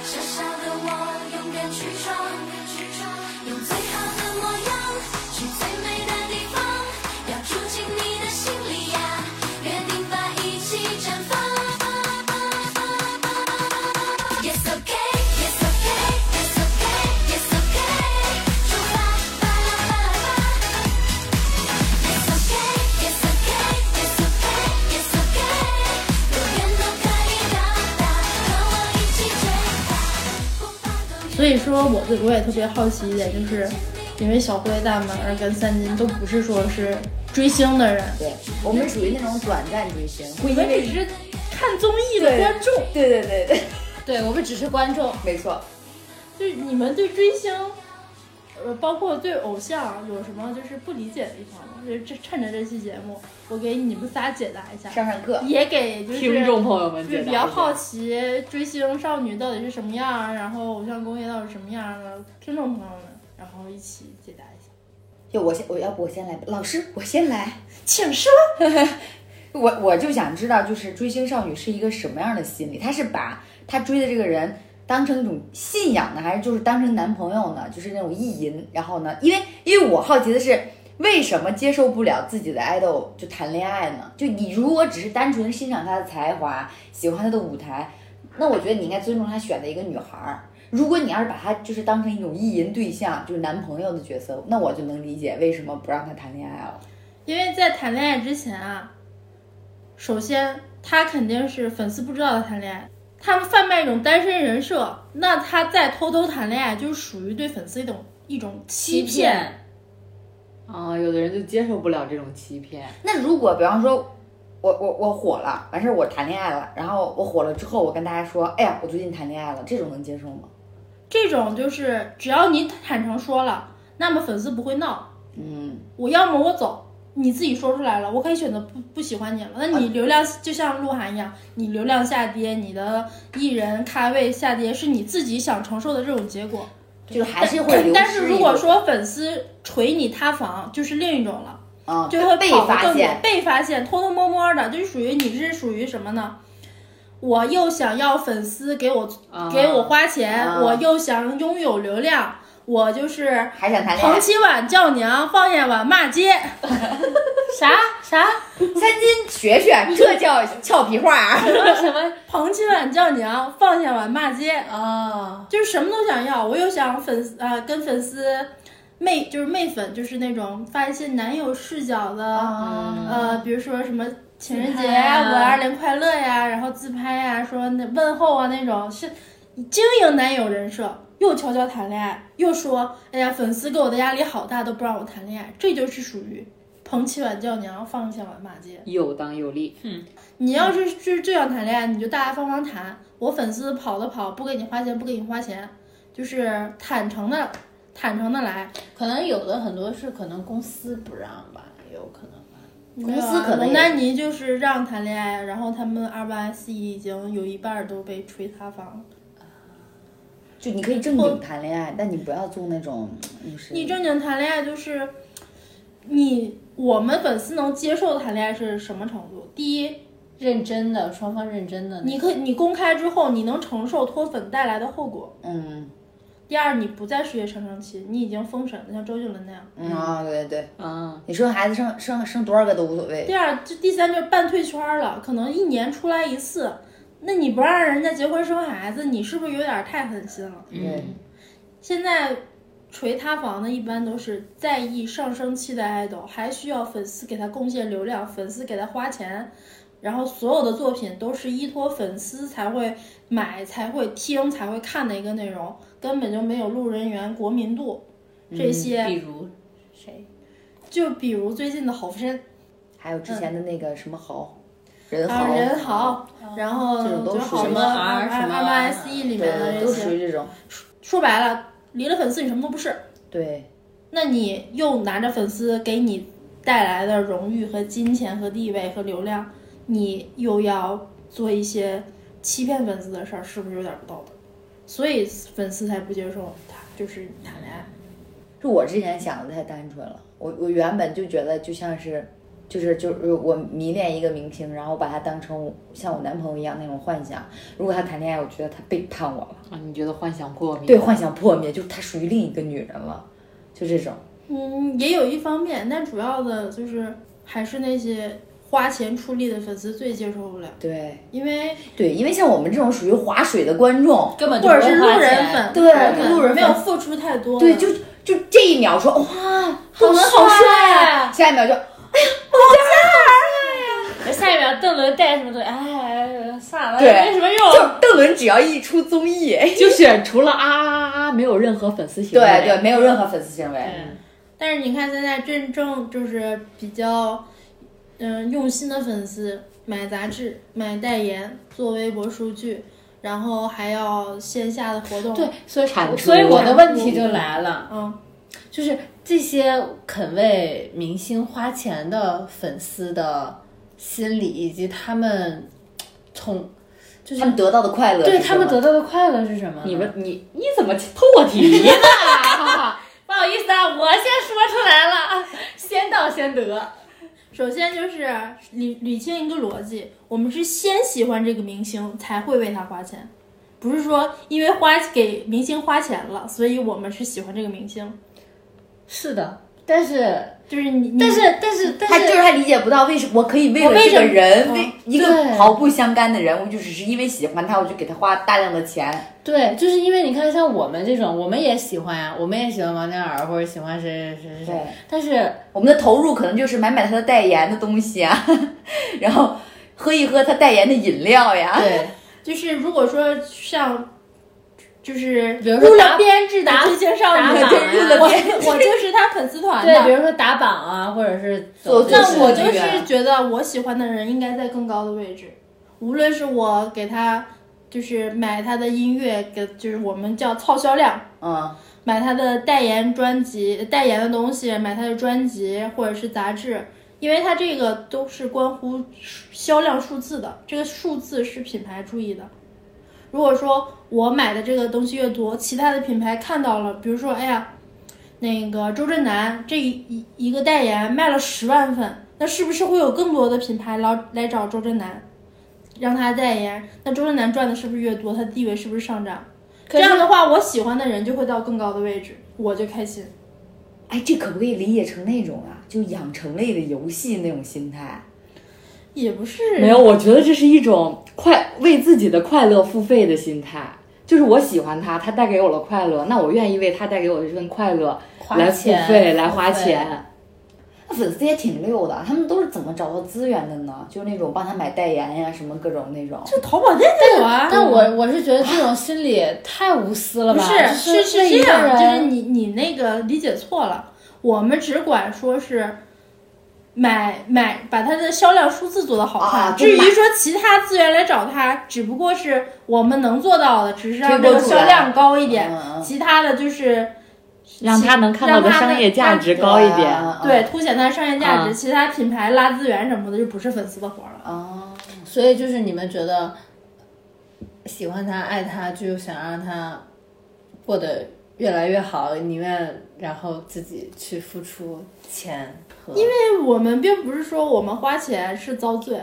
Speaker 7: 小小的我勇敢去闯，用最好的模样去最美的地方，要住进你的心里呀，约定吧，一起绽放。Yes okay, yes okay, yes okay, yes okay，出发吧啦吧啦吧。It's okay, it's okay, it's okay, it's okay，多远都可以到达，和我一起追吧，不怕多远。
Speaker 2: 所以说我对我也特别好奇一点，就是因为小辉、大门儿跟三金都不是说是追星的人，
Speaker 1: 对我们属于那种短暂追星，会
Speaker 2: 你
Speaker 1: 因
Speaker 2: 们
Speaker 1: 为
Speaker 2: 只是看综艺的观众。
Speaker 1: 对对对对，
Speaker 3: 对我们只是观众，
Speaker 1: 没错。
Speaker 2: 就是你们对追星，呃，包括对偶像啊有什么就是不理解的地方吗？就是这趁着这期节目，我给你们仨解答一下，
Speaker 1: 上上课，
Speaker 2: 也给就是
Speaker 4: 听众朋友们
Speaker 2: 就是
Speaker 4: 解答
Speaker 2: 比
Speaker 4: 一下
Speaker 2: 较好奇追星少女到底是什么样儿，然后偶像工业到底是什么样儿的听众朋友们，然后一起解答一下，
Speaker 1: 就我先，我要不我先来，老师我先来。
Speaker 2: 请说。
Speaker 1: 我我就想知道，就是追星少女是一个什么样的心理？她是把她追的这个人当成一种信仰呢，还是就是当成男朋友呢？就是那种意淫，然后呢？因为因为我好奇的是，为什么接受不了自己的爱豆就谈恋爱呢？就你如果只是单纯欣赏她的才华，喜欢她的舞台，那我觉得你应该尊重她选的一个女孩儿。如果你要是把她就是当成一种意淫对象，就是男朋友的角色，那我就能理解为什么不让她谈恋爱了。
Speaker 2: 因为在谈恋爱之前啊，首先他肯定是粉丝不知道他谈恋爱，他们贩卖一种单身人设，那他在偷偷谈恋爱，就是属于对粉丝一种一种欺骗。
Speaker 4: 啊，有的人就接受不了这种欺骗，
Speaker 1: 那如果比方说，我我我火了，完事儿我谈恋爱了，然后我火了之后，我跟大家说，哎呀，我最近谈恋爱了，这种能接受吗？
Speaker 2: 这种就是只要你坦诚说了，那么粉丝不会闹。
Speaker 1: 嗯，
Speaker 2: 我要么我走，你自己说出来了，我可以选择不不喜欢你了。那你流量就像鹿晗一样，你流量下跌，你的艺人咖位下跌，是你自己想承受的这种结果。
Speaker 1: 就是还是会流失一种。
Speaker 2: 但是如果说粉丝锤你塌房，就是另一种了，
Speaker 1: 啊，
Speaker 2: 就会
Speaker 1: 被
Speaker 2: 跑得
Speaker 1: 发
Speaker 2: 更
Speaker 1: 现
Speaker 2: 远，被发现，偷偷摸摸的，就是属于你是属于什么呢？我又想要粉丝给我、
Speaker 4: 啊
Speaker 2: 给我花钱，
Speaker 1: 啊
Speaker 2: 我又想拥有流量，我就是
Speaker 1: 还想谈恋爱
Speaker 2: 捧，起碗叫娘，放下碗骂街。啥啥？
Speaker 1: 三金学学，这 叫俏皮话啊儿。
Speaker 3: 什么
Speaker 2: 捧起碗叫娘，放下碗骂街，
Speaker 3: 啊？
Speaker 2: 就是什么都想要。我又想粉丝啊、跟粉丝媚，就是媚粉，就是那种发一些男友视角的，呃，比如说什么。情人节呀、
Speaker 3: 啊自拍
Speaker 2: 五
Speaker 3: 啊
Speaker 2: 二零快乐呀、然后自拍呀、说那问候啊那种，是经营男友人设，又悄悄谈恋爱，又说哎呀粉丝给我的压力好大，都不让我谈恋爱，这就是属于捧起碗叫娘，放下碗骂街。
Speaker 4: 有当有利。
Speaker 2: 你要
Speaker 1: 嗯
Speaker 2: 是是这样谈恋爱，你就大大方方谈。我粉丝跑的跑，不给你花钱，不给你花钱，就是坦诚的，坦诚的来。
Speaker 3: 可能有的很多是可能公司不让吧，也有可能吧。
Speaker 2: 啊
Speaker 1: 公司可能也
Speaker 2: 蒙丹妮呃就是让谈恋爱，然后他们二八 C 已经有一半儿都被吹塌房了。
Speaker 1: 就你可以正经谈恋爱，但你不要做那种，就是
Speaker 2: 哦你正经谈恋爱就是，你我们粉丝能接受谈恋爱是什么程度？第一，
Speaker 3: 认真的，双方认真的那种。
Speaker 2: 你可以你公开之后，你能承受脱粉带来的后果。
Speaker 1: 嗯
Speaker 2: 第二，你不在事业成长期，你已经封神了，像周杰伦那样。
Speaker 1: 嗯啊，对对，
Speaker 4: 啊，
Speaker 1: 你生孩子生生生多少个都无所谓
Speaker 2: 第。二，这第三就是半退圈儿了，可能一年出来一次，那你不让人家结婚生孩子，你是不是有点儿太狠心了？
Speaker 1: 对，
Speaker 2: 现在锤塌房的一般都是在意上升期的爱豆，还需要粉丝给他贡献流量，粉丝给他花钱，然后所有的作品都是依托粉丝才会买、才会听、才会看的一个内容，根本就没有路人缘、国民度这
Speaker 4: 嗯
Speaker 2: 些。
Speaker 3: 比如谁？
Speaker 2: 就比如最近的侯申
Speaker 1: 还有之前的那个什么豪，人
Speaker 2: 嗯啊，
Speaker 1: 豪
Speaker 2: 人豪，然后
Speaker 1: 这种都
Speaker 2: 就
Speaker 1: 属于
Speaker 2: 好
Speaker 1: 什
Speaker 2: 多
Speaker 1: 么
Speaker 3: R 什
Speaker 2: 二
Speaker 3: 么
Speaker 2: 二八 S E 里面的
Speaker 1: 对，
Speaker 2: 这
Speaker 1: 呃都属
Speaker 2: 些，
Speaker 1: 于这种。
Speaker 2: 说白了，离了粉丝你什么都不是。
Speaker 1: 对，
Speaker 2: 那你又拿着粉丝给你带来的荣誉和金钱和地位和流量，你又要做一些欺骗粉丝的事儿，是不是有点不道德？所以粉丝才不接受他，就是谈恋爱。
Speaker 1: 就我之前想的太单纯了，我我原本就觉得就像是，就是就是我迷恋一个明星，然后把他当成像我男朋友一样那种幻想。如果他谈恋爱，我觉得他背叛我了，
Speaker 4: 啊，你觉得幻想破灭？
Speaker 1: 对，幻想破灭，就是他属于另一个女人了，就这种。
Speaker 2: 嗯，也有一方面，但主要的就是还是那些花钱出力的粉丝最接受不了，
Speaker 1: 对
Speaker 2: 因为
Speaker 1: 对，因为像我们这种属于划水的观众，
Speaker 3: 根本就
Speaker 2: 或者是路人
Speaker 3: 粉。
Speaker 2: 粉，
Speaker 1: 对路人粉
Speaker 2: 没有付出太多，
Speaker 1: 对，就就这一秒说哇，好
Speaker 3: 伦
Speaker 1: 好
Speaker 3: 帅
Speaker 1: 啊，下一秒就
Speaker 3: 下一秒邓伦带什么东西？哎，算了，
Speaker 1: 对
Speaker 3: 没什么
Speaker 1: 就
Speaker 3: 用。
Speaker 1: 邓伦只要一出综艺，
Speaker 4: 就是除了啊啊啊，没有任何粉丝行为。
Speaker 1: 对对，没有任何粉丝行为。
Speaker 3: 嗯
Speaker 2: 但是你看，现在真正就是比较，嗯、用心的粉丝买杂志、买代言、做微博数据，然后还要线下的活动。
Speaker 3: 对，，所以
Speaker 4: 产出
Speaker 3: 所以我的问题就来了，
Speaker 2: 嗯，
Speaker 3: 就是这些肯为明星花钱的粉丝的心理，以及他们从就是
Speaker 1: 他们得到的快乐是什
Speaker 3: 对
Speaker 1: 么，
Speaker 3: 他们得到的快乐是什么呢？
Speaker 4: 你们你你怎么偷我题呢？
Speaker 3: 不好意思啊，我先说出来了啊，先到先得。
Speaker 2: 首先就是捋捋清一个逻辑，我们是先喜欢这个明星才会为他花钱，不是说因为花给明星花钱了，所以我们是喜欢这个明星。
Speaker 3: 是的，但是
Speaker 2: 就是你，你
Speaker 3: 但是但是但
Speaker 1: 他就是
Speaker 3: 是，
Speaker 1: 他理解不到为什么我可以为了这个人，为
Speaker 2: 嗯
Speaker 1: 一个
Speaker 3: 对
Speaker 1: 毫不相干的人，我就只是因为喜欢他，我就给他花大量的钱。
Speaker 3: 对，就是因为你看像我们这种，我们也喜欢呀、我们也喜欢王嘉尔或者喜欢谁谁谁谁
Speaker 1: 对
Speaker 3: 谁，但是
Speaker 1: 我们的投入可能就是买买他的代言的东西啊， 然后啊喝一喝他代言的饮料呀。
Speaker 3: 对
Speaker 2: 就是如果说像就是
Speaker 5: 比如说
Speaker 2: 入
Speaker 5: 打
Speaker 2: 了编制
Speaker 5: 打
Speaker 2: 的追星少
Speaker 5: 打
Speaker 2: 女，
Speaker 5: 榜
Speaker 2: 对
Speaker 5: 啊
Speaker 2: 入了编制，我就是他粉丝团
Speaker 5: 对，比
Speaker 2: 的。
Speaker 5: 如说打榜啊，或者是
Speaker 4: 做
Speaker 5: 走
Speaker 4: 做
Speaker 5: 这
Speaker 2: 那
Speaker 5: 个
Speaker 2: 我
Speaker 4: 志
Speaker 2: 就
Speaker 4: 愿
Speaker 2: 是觉得我喜欢的人应该在更高的位置，无论是我给他就是买他的音乐，给就是我们叫凑销量，
Speaker 1: 嗯，
Speaker 2: 买他的代言专辑、代言的东西，买他的专辑或者是杂志，因为他这个都是关乎销量数字的，这个数字是品牌注意的。如果说我买的这个东西越多，其他的品牌看到了，比如说，哎呀，那个周震南这一一一个代言卖了十万份，那是不是会有更多的品牌来来找周震南，让他代言？那周震南赚的是不是越多，他地位是不是上涨？这样的话，我喜欢的人就会到更高的位置，我就开心。
Speaker 1: 哎，这可不可以理解成那种啊，就养成类的游戏那种心态？
Speaker 2: 也不是
Speaker 4: 没有，我觉得这是一种快为自己的快乐付费的心态。就是我喜欢他，他带给我了快乐，那我愿意为他带给我的这份快乐
Speaker 3: 花
Speaker 4: 来付
Speaker 3: 钱
Speaker 4: 费，来花
Speaker 3: 对啊
Speaker 4: 钱。
Speaker 1: 那粉丝也挺溜的，他们都是怎么找到资源的呢？就是那种帮他买代言呀，什么各种那种。
Speaker 2: 就淘宝店就有啊。
Speaker 5: 但我我是觉得这种心理太无私了
Speaker 2: 不
Speaker 5: 吧？
Speaker 2: 是
Speaker 5: 就是为
Speaker 2: 这
Speaker 5: 一个
Speaker 2: 样，就是
Speaker 5: 人
Speaker 2: 你你那个理解错了。我们只管说是买买把它的销量数字做得好看，
Speaker 1: 啊就
Speaker 2: 至于
Speaker 1: 买
Speaker 2: 说其他资源来找他，只不过是我们能做到的，只是让
Speaker 1: 推
Speaker 2: 这
Speaker 1: 波
Speaker 2: 个
Speaker 1: 助
Speaker 2: 销
Speaker 1: 澜
Speaker 2: 量高一点，
Speaker 1: 嗯嗯
Speaker 2: 其他的就是
Speaker 4: 让他能看到啊的
Speaker 2: 让他
Speaker 4: 商业价值
Speaker 2: 让
Speaker 4: 高一点。
Speaker 2: 对，凸显它的商业价值，
Speaker 4: 啊
Speaker 2: 其他品牌拉资源什么的就不是粉丝的活了。
Speaker 1: 啊，
Speaker 5: 所以就是你们觉得喜欢他、爱他，就想让他过得越来越好，宁愿然后自己去付出钱和因为
Speaker 2: 我们并不是说我们花钱是遭罪，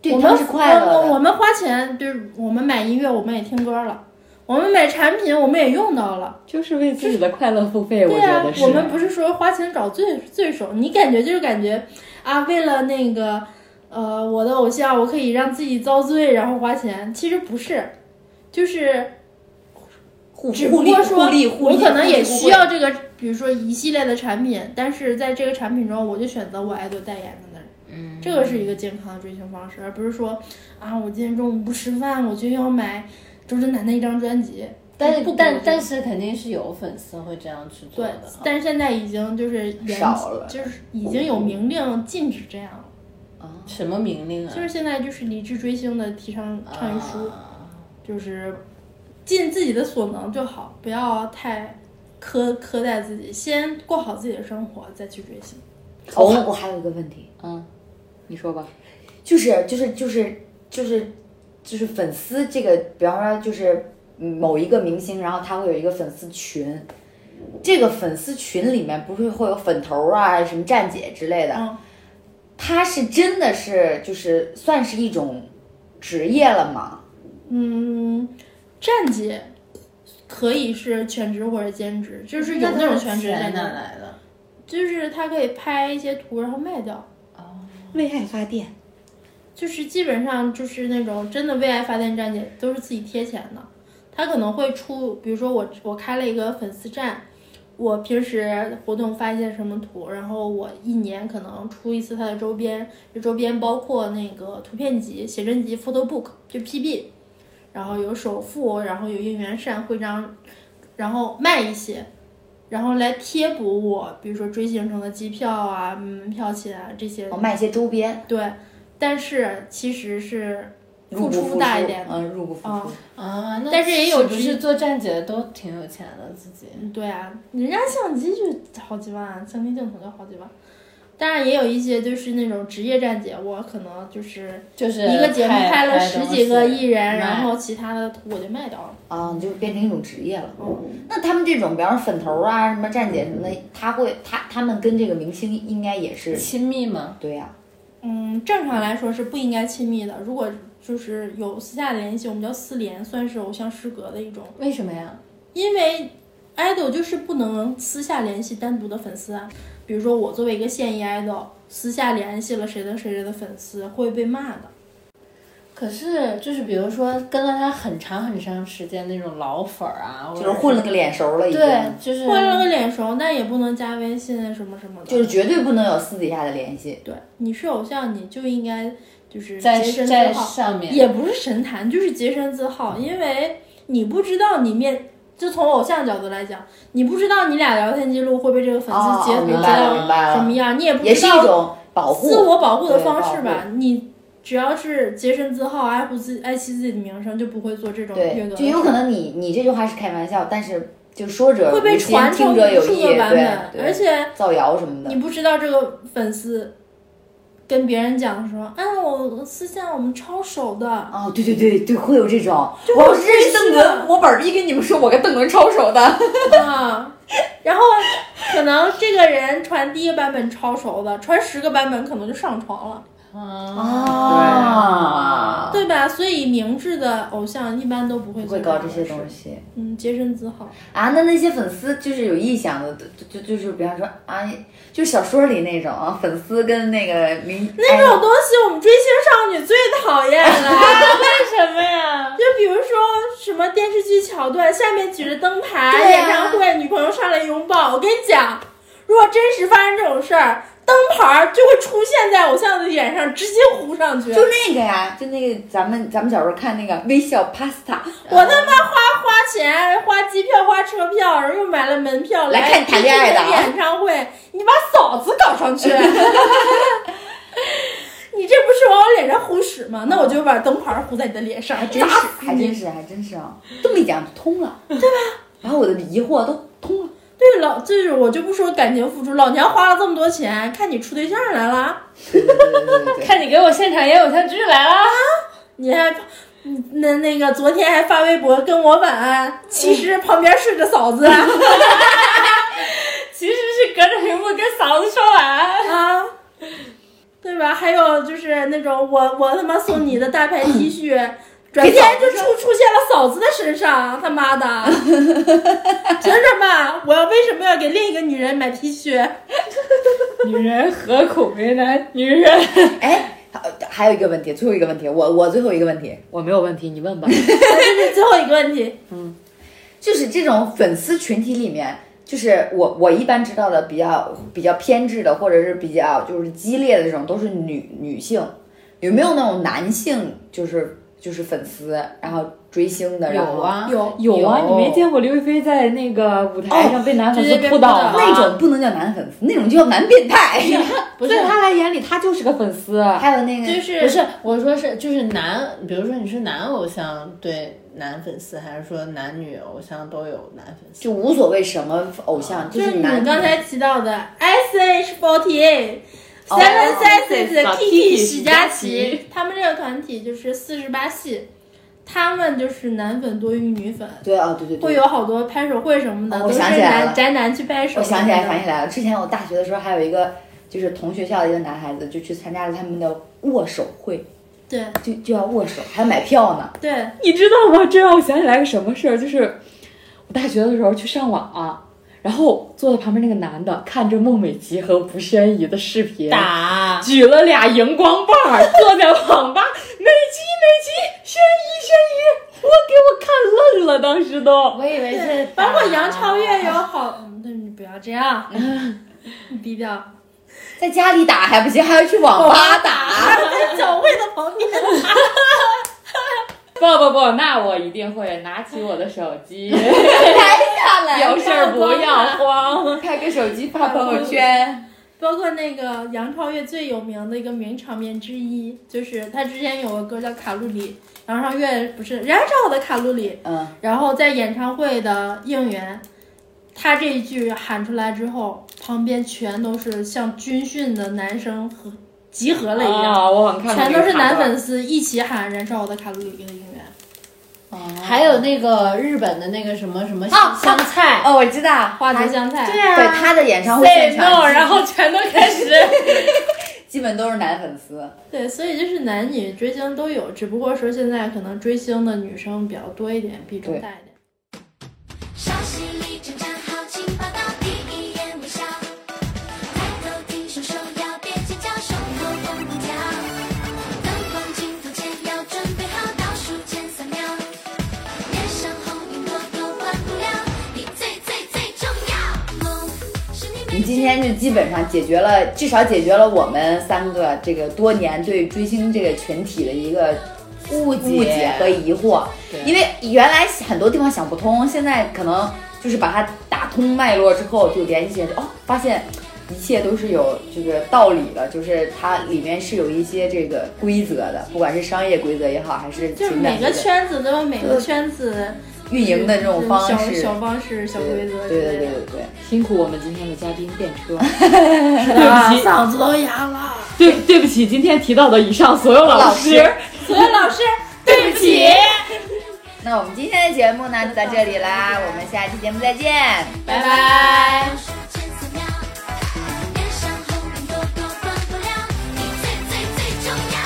Speaker 1: 对，
Speaker 2: 我
Speaker 1: 他
Speaker 2: 们
Speaker 1: 们是快乐
Speaker 2: 我我
Speaker 1: 的。
Speaker 2: 们花钱就是我们买音乐，我们也听歌了，我们买产品，我们也用到了。
Speaker 4: 就是为自己的快乐付费，我
Speaker 2: 对
Speaker 4: 觉
Speaker 2: 呀、
Speaker 4: 得是。
Speaker 2: 我们不是说花钱找罪罪受，你感觉就是感觉啊，为了那个呃我的偶像，我可以让自己遭罪，然后花钱。其实不是，就是
Speaker 1: 互
Speaker 2: 只
Speaker 1: 嗯互
Speaker 2: 不
Speaker 1: 利
Speaker 2: 过说
Speaker 1: 互利互利，
Speaker 2: 我可能也
Speaker 1: 互利
Speaker 2: 需要这个，比如说一系列的产品，但是在这个产品中，我就选择我爱豆代言的那人。嗯，这个是一个健康的追星方式，而不是说啊，我今天中午不吃饭，我就要买周震南的一张专辑。
Speaker 5: 但
Speaker 2: 不
Speaker 5: 是但
Speaker 2: 鼓励
Speaker 5: 但是肯定是有粉丝会这样去做
Speaker 2: 对
Speaker 5: 的，，
Speaker 2: 但是现在已经就是严
Speaker 1: 少了
Speaker 2: 就是已经有明令禁止这样了。
Speaker 5: 什么命令
Speaker 1: 嗯
Speaker 5: 啊？
Speaker 2: 就是现在就是理智追星的提倡倡议书，
Speaker 5: 啊
Speaker 2: 就是尽自己的所能就好，不要太苛苛待自己，先过好自己的生活，再去追星。
Speaker 1: 我还哦我还有一个问题，
Speaker 4: 嗯，你说吧。
Speaker 1: 就是就是就是就是就是粉丝这个，比方说就是嗯某一个明星，然后他会有一个粉丝群，这个粉丝群里面不是会有粉头啊、什么站姐之类的，
Speaker 2: 嗯
Speaker 1: 他是真的是就是算是一种职业了吗？
Speaker 2: 嗯，站姐可以是全职或者兼职，就是有那种全职
Speaker 5: 钱
Speaker 2: 站
Speaker 5: 哪
Speaker 2: 姐，
Speaker 5: 来的？
Speaker 2: 就是他可以拍一些图然后卖掉，
Speaker 4: 为爱发电。
Speaker 2: 就是基本上就是那种真的为爱发电站姐都是自己贴钱的，他可能会出，比如说我我开了一个粉丝站。我平时活动发一些什么图，然后我一年可能出一次它的周边，这周边包括那个图片集、写真集、photo book 就 PB，然后有首付，然后有应援扇、徽章，然后卖一些，然后来贴补我，比如说追星城的机票啊、门票钱啊这些
Speaker 1: 我卖一些周边，
Speaker 2: 对，但是其实是
Speaker 1: 入
Speaker 2: 付
Speaker 1: 不敷
Speaker 2: 出
Speaker 1: 出
Speaker 2: 大一点的。
Speaker 1: 嗯，入不敷
Speaker 2: 啊
Speaker 1: 出。
Speaker 5: 啊，那
Speaker 2: 但是也有
Speaker 5: 不
Speaker 2: 职
Speaker 5: 是做站姐的都挺有钱的自己。
Speaker 2: 对啊，人家相机就好几万，相机镜头就好几万。当然也有一些就是那种职业站姐，我可能就是
Speaker 5: 就是
Speaker 2: 一个节目拍了十几个艺人，然
Speaker 5: 卖
Speaker 2: 后其他的图我就卖掉了。
Speaker 1: 啊，就变成一种职业了。
Speaker 2: 哦
Speaker 1: 那他们这种，比方说粉头啊、什么站姐什么的，他会他他们跟这个明星应该也 是
Speaker 5: 亲密吗？
Speaker 1: 对啊呀、
Speaker 2: 嗯，正常来说是不应该亲密的。如果就是有私下联系，我们叫私联，算是偶像失格的一种。
Speaker 5: 为什么呀？
Speaker 2: 因为 idol 就是不能私下联系单独的粉丝啊。比如说我作为一个现役 idol，私下联系了谁的谁谁的粉丝会被骂的。
Speaker 5: 可是就是比如说跟了他很长很长时间那种老粉儿
Speaker 2: 哦
Speaker 5: 啊，
Speaker 1: 就是混了个脸熟了，已经。
Speaker 5: 对，就是
Speaker 2: 换了个脸熟，但也不能加微信什么什么的。
Speaker 1: 就是绝对不能有私底下的联系。
Speaker 2: 对，你是偶像，你就应该就是
Speaker 5: 在
Speaker 2: 洁身
Speaker 5: 在
Speaker 2: 自好，
Speaker 5: 上面
Speaker 2: 也不是神坛，就是洁身自好，因为你不知道你面就从偶像角度来讲，你不知道你俩聊天记录会被这个粉丝截
Speaker 1: 哦
Speaker 2: 图
Speaker 1: 明
Speaker 2: 截
Speaker 1: 白了，
Speaker 2: 到
Speaker 1: 明白
Speaker 2: 什
Speaker 1: 了，
Speaker 2: 么样，你也不
Speaker 1: 也
Speaker 2: 知
Speaker 1: 是一
Speaker 2: 道
Speaker 1: 种保护，
Speaker 2: 自我保护的
Speaker 1: 对
Speaker 2: 方
Speaker 1: 保
Speaker 2: 式吧。你只要是洁身自好，啊爱护自爱惜自己的名声，就不会做这种
Speaker 1: 对
Speaker 2: 越，格
Speaker 1: 就有可能你你这句话是开玩笑，但是就说者
Speaker 2: 会
Speaker 1: 无
Speaker 2: 被
Speaker 1: 心
Speaker 2: 传成
Speaker 1: 听
Speaker 2: 无
Speaker 1: 者有
Speaker 2: 数
Speaker 1: 意，
Speaker 2: 个版
Speaker 1: 对
Speaker 2: 本，
Speaker 1: 对，
Speaker 2: 而且
Speaker 1: 造谣什么的
Speaker 2: 你，不知道这个粉丝跟别人讲说，啊，我私下我们超熟的，啊
Speaker 1: 哦，对对对对，会有这种，
Speaker 2: 就
Speaker 1: 我
Speaker 2: 我
Speaker 1: 要是认识邓
Speaker 2: 真
Speaker 1: 伦，
Speaker 2: 的
Speaker 1: 我本儿逼跟你们说，我跟邓伦超熟 的，
Speaker 2: 啊，然后可能这个人传第一个版本超熟的，传十个版本可能就上床了，
Speaker 5: 嗯
Speaker 1: 啊，
Speaker 2: 对吧？所以明智的偶像一般都不会
Speaker 1: 不会
Speaker 2: 做
Speaker 1: 搞这些
Speaker 2: 种
Speaker 1: 东
Speaker 2: 事，
Speaker 1: 西
Speaker 2: 嗯，洁身自好。
Speaker 1: 啊。那那些粉丝就是有意向的，就就就是比方说啊，就是小说里那种啊，粉丝跟那个明
Speaker 2: 那种东西我们追星少女最讨厌了，
Speaker 1: 哎
Speaker 2: 为什么呀？就比如说什么电视剧桥段，下面举着灯牌，
Speaker 1: 对呀
Speaker 2: 演唱会女朋友上来拥抱。我跟你讲，如果真实发生这种事儿，灯牌就会出现在偶像的脸上，直接糊上去。
Speaker 1: 就那个呀，就那个咱们咱们小时候看那个微笑 Pasta，
Speaker 2: 我他妈花花钱，花机票，花车票，然后又买了门票
Speaker 1: 来看你谈恋爱的啊
Speaker 2: 来听你演唱会，你把嫂子搞上 去，你这不是往我脸上糊屎吗？那我就把灯牌糊在你的脸上，
Speaker 1: 嗯还真
Speaker 2: 砸
Speaker 1: 是
Speaker 2: 死，
Speaker 1: 还真是，还真是啊！这么一讲就通了，对啊吧？然后我的疑惑都通了。
Speaker 2: 对老，就是我就不说感情付出，老娘花了这么多钱，看你处对象来了，
Speaker 1: 对对对对对对
Speaker 3: 看你给我现场演偶像剧来了，
Speaker 2: 你还。嗯那那个昨天还发微博跟我晚安，其实旁边睡着嫂子啊，
Speaker 3: 其实是隔着屏幕跟嫂子说晚安。
Speaker 2: 对吧？还有就是那种我我他妈送你的大牌 T 恤，转天就出出现了嫂子的身上，他妈的！想想吧，我为什么要给另一个女人买 T 恤？
Speaker 3: 女人何苦为难女人？
Speaker 1: 哎，还还有一个问题，最后一个问题，我我最后一个问题
Speaker 4: 我没有问题，你问吧。
Speaker 2: 这是最后一个问题，
Speaker 1: 就是这种粉丝群体里面，就是我我一般知道的比较比较偏执的，或者是比较就是激烈的这种，都是女女性，有没有那种男性就是就是粉丝，然后追星的，然后
Speaker 5: 有啊，
Speaker 2: 有
Speaker 4: 有啊，
Speaker 1: 有
Speaker 4: 你没见过刘亦菲在那个舞台上被男粉丝扑倒吗？
Speaker 1: 那种不能叫男粉丝，那种就叫男变态。
Speaker 3: 不
Speaker 4: 在他来眼里，他就是个粉丝。
Speaker 1: 还有那个
Speaker 2: 就是
Speaker 5: 不是，我说是就是男，比如说你是男偶像对男粉丝，还是说男女偶像都有男粉丝？
Speaker 1: 就无所谓什么偶像，就
Speaker 2: 就是是你
Speaker 1: 男
Speaker 2: 刚才提到的 S H forty eight。Seven
Speaker 1: 哦
Speaker 2: Senses
Speaker 1: 啊
Speaker 2: 的 Kiki 史佳琪，他们这个团体就是四十八系，他们就是男粉多于女粉，
Speaker 1: 对啊，对对
Speaker 2: 会
Speaker 1: 对，
Speaker 2: 有好多拍手会什么的，
Speaker 1: 哦
Speaker 2: 都
Speaker 1: 我
Speaker 2: 是
Speaker 1: 想起来了
Speaker 2: 男宅男去拍手。
Speaker 1: 我想起来，想起来了，之前我大学的时候还有一个就是同学校的一个男孩子，就去参加了他们的握手会，
Speaker 2: 对
Speaker 1: 就就要握手，还买票呢。
Speaker 2: 对，
Speaker 4: 你知道吗？这让我想起来个什么事儿，就是我大学的时候去上网、啊，然后坐在旁边那个男的看着孟美岐和吴宣仪的视频，
Speaker 5: 打
Speaker 4: 举了俩荧光棒儿，坐在网吧，美琪美琪，宣仪宣仪，我给我看愣了，当时都。
Speaker 5: 我以为是哦
Speaker 2: 包括杨超越有好，嗯那你不要 这样，你低调。
Speaker 1: 在家里打还不行，还要去网
Speaker 4: 啊
Speaker 1: 吧打。
Speaker 2: 在教会的旁边，
Speaker 4: 不不不，那我一定会拿起我的手机，
Speaker 1: 拍下来，
Speaker 4: 有事儿不要慌。
Speaker 1: 拍个手机发朋友圈。
Speaker 2: 包括那个杨超越最有名的一个名场面之一，就是她之前有个歌叫《卡路里》，杨超越不是燃烧我的卡路里，
Speaker 1: 嗯，
Speaker 2: 然后在演唱会的应援，他这一句喊出来之后，旁边全都是像军训的男生和集合了一
Speaker 1: 哦
Speaker 2: 样，
Speaker 4: 啊，我好像看过
Speaker 2: 全
Speaker 4: 这个
Speaker 2: 都是
Speaker 4: 卡
Speaker 2: 男
Speaker 4: 段
Speaker 2: 粉丝一起喊“燃烧我的卡路里”的应援。
Speaker 5: 还有那个日本的那个什么什么
Speaker 1: 啊
Speaker 5: 香菜，
Speaker 1: 哦，我知道，
Speaker 2: 花泽
Speaker 1: 他
Speaker 2: 香菜，
Speaker 1: 对啊他的演唱会
Speaker 3: Say
Speaker 1: 现场
Speaker 3: no，然后全都开始。
Speaker 1: 基本都是男粉丝。
Speaker 2: 对，所以就是男女追星都有，只不过说现在可能追星的女生比较多一点，比重
Speaker 1: 对
Speaker 2: 大一点。
Speaker 7: 稍息立正站好，请报到，第一眼微笑，抬头挺胸收腰，别计较胸口蹦蹦跳。灯光镜头前要准备好，倒数前三秒，脸上红云朵都忘不了，你最最最重要。梦是你
Speaker 1: 你
Speaker 7: 每
Speaker 1: 今天就基本上解决了，至少解决了我们三个这个多年对追星这个群体的一个误
Speaker 5: 解
Speaker 1: 误解和疑惑，因为原来很多地方想不通，现在可能就是把它打通脉络之后，就联系起来，就哦，发现一切都是有这个道理的，就是它里面是有一些这个规则的，不管是商业规则也好，还是
Speaker 2: 就是
Speaker 1: 情感
Speaker 2: 每个
Speaker 1: 规则
Speaker 2: 圈子都有每个圈子
Speaker 1: 运营的这种方式，
Speaker 2: 小小方式、小规则之
Speaker 1: 对对
Speaker 2: 类的。
Speaker 1: 对对对。
Speaker 4: 辛苦我们今天的嘉宾电 车。
Speaker 2: 啊，嗓子都哑了。
Speaker 4: 对，对不起，今天提到的以上所有老师，
Speaker 2: 所有老师，对不起，
Speaker 1: 那我们今天的节目呢就到这里啦，我们下期节目再见，
Speaker 2: 拜拜。
Speaker 7: 六十千次秒，脸上红苹果都断不了，你最最最重要。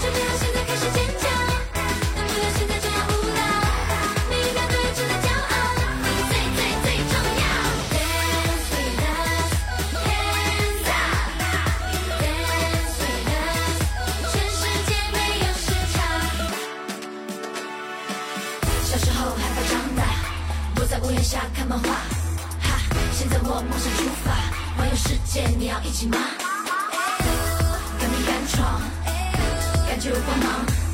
Speaker 7: 就不要现在开始坚强，但不要现在这样无聊。每一秒都要值得骄傲，你最最最重要。Dance with us, hands up. Dance with us，全世界没有时差。小时候害怕长大，我在屋檐下看漫画，哈，现在我梦想出发，环游世界，你要一起吗？敢拼敢闯，感觉有光芒。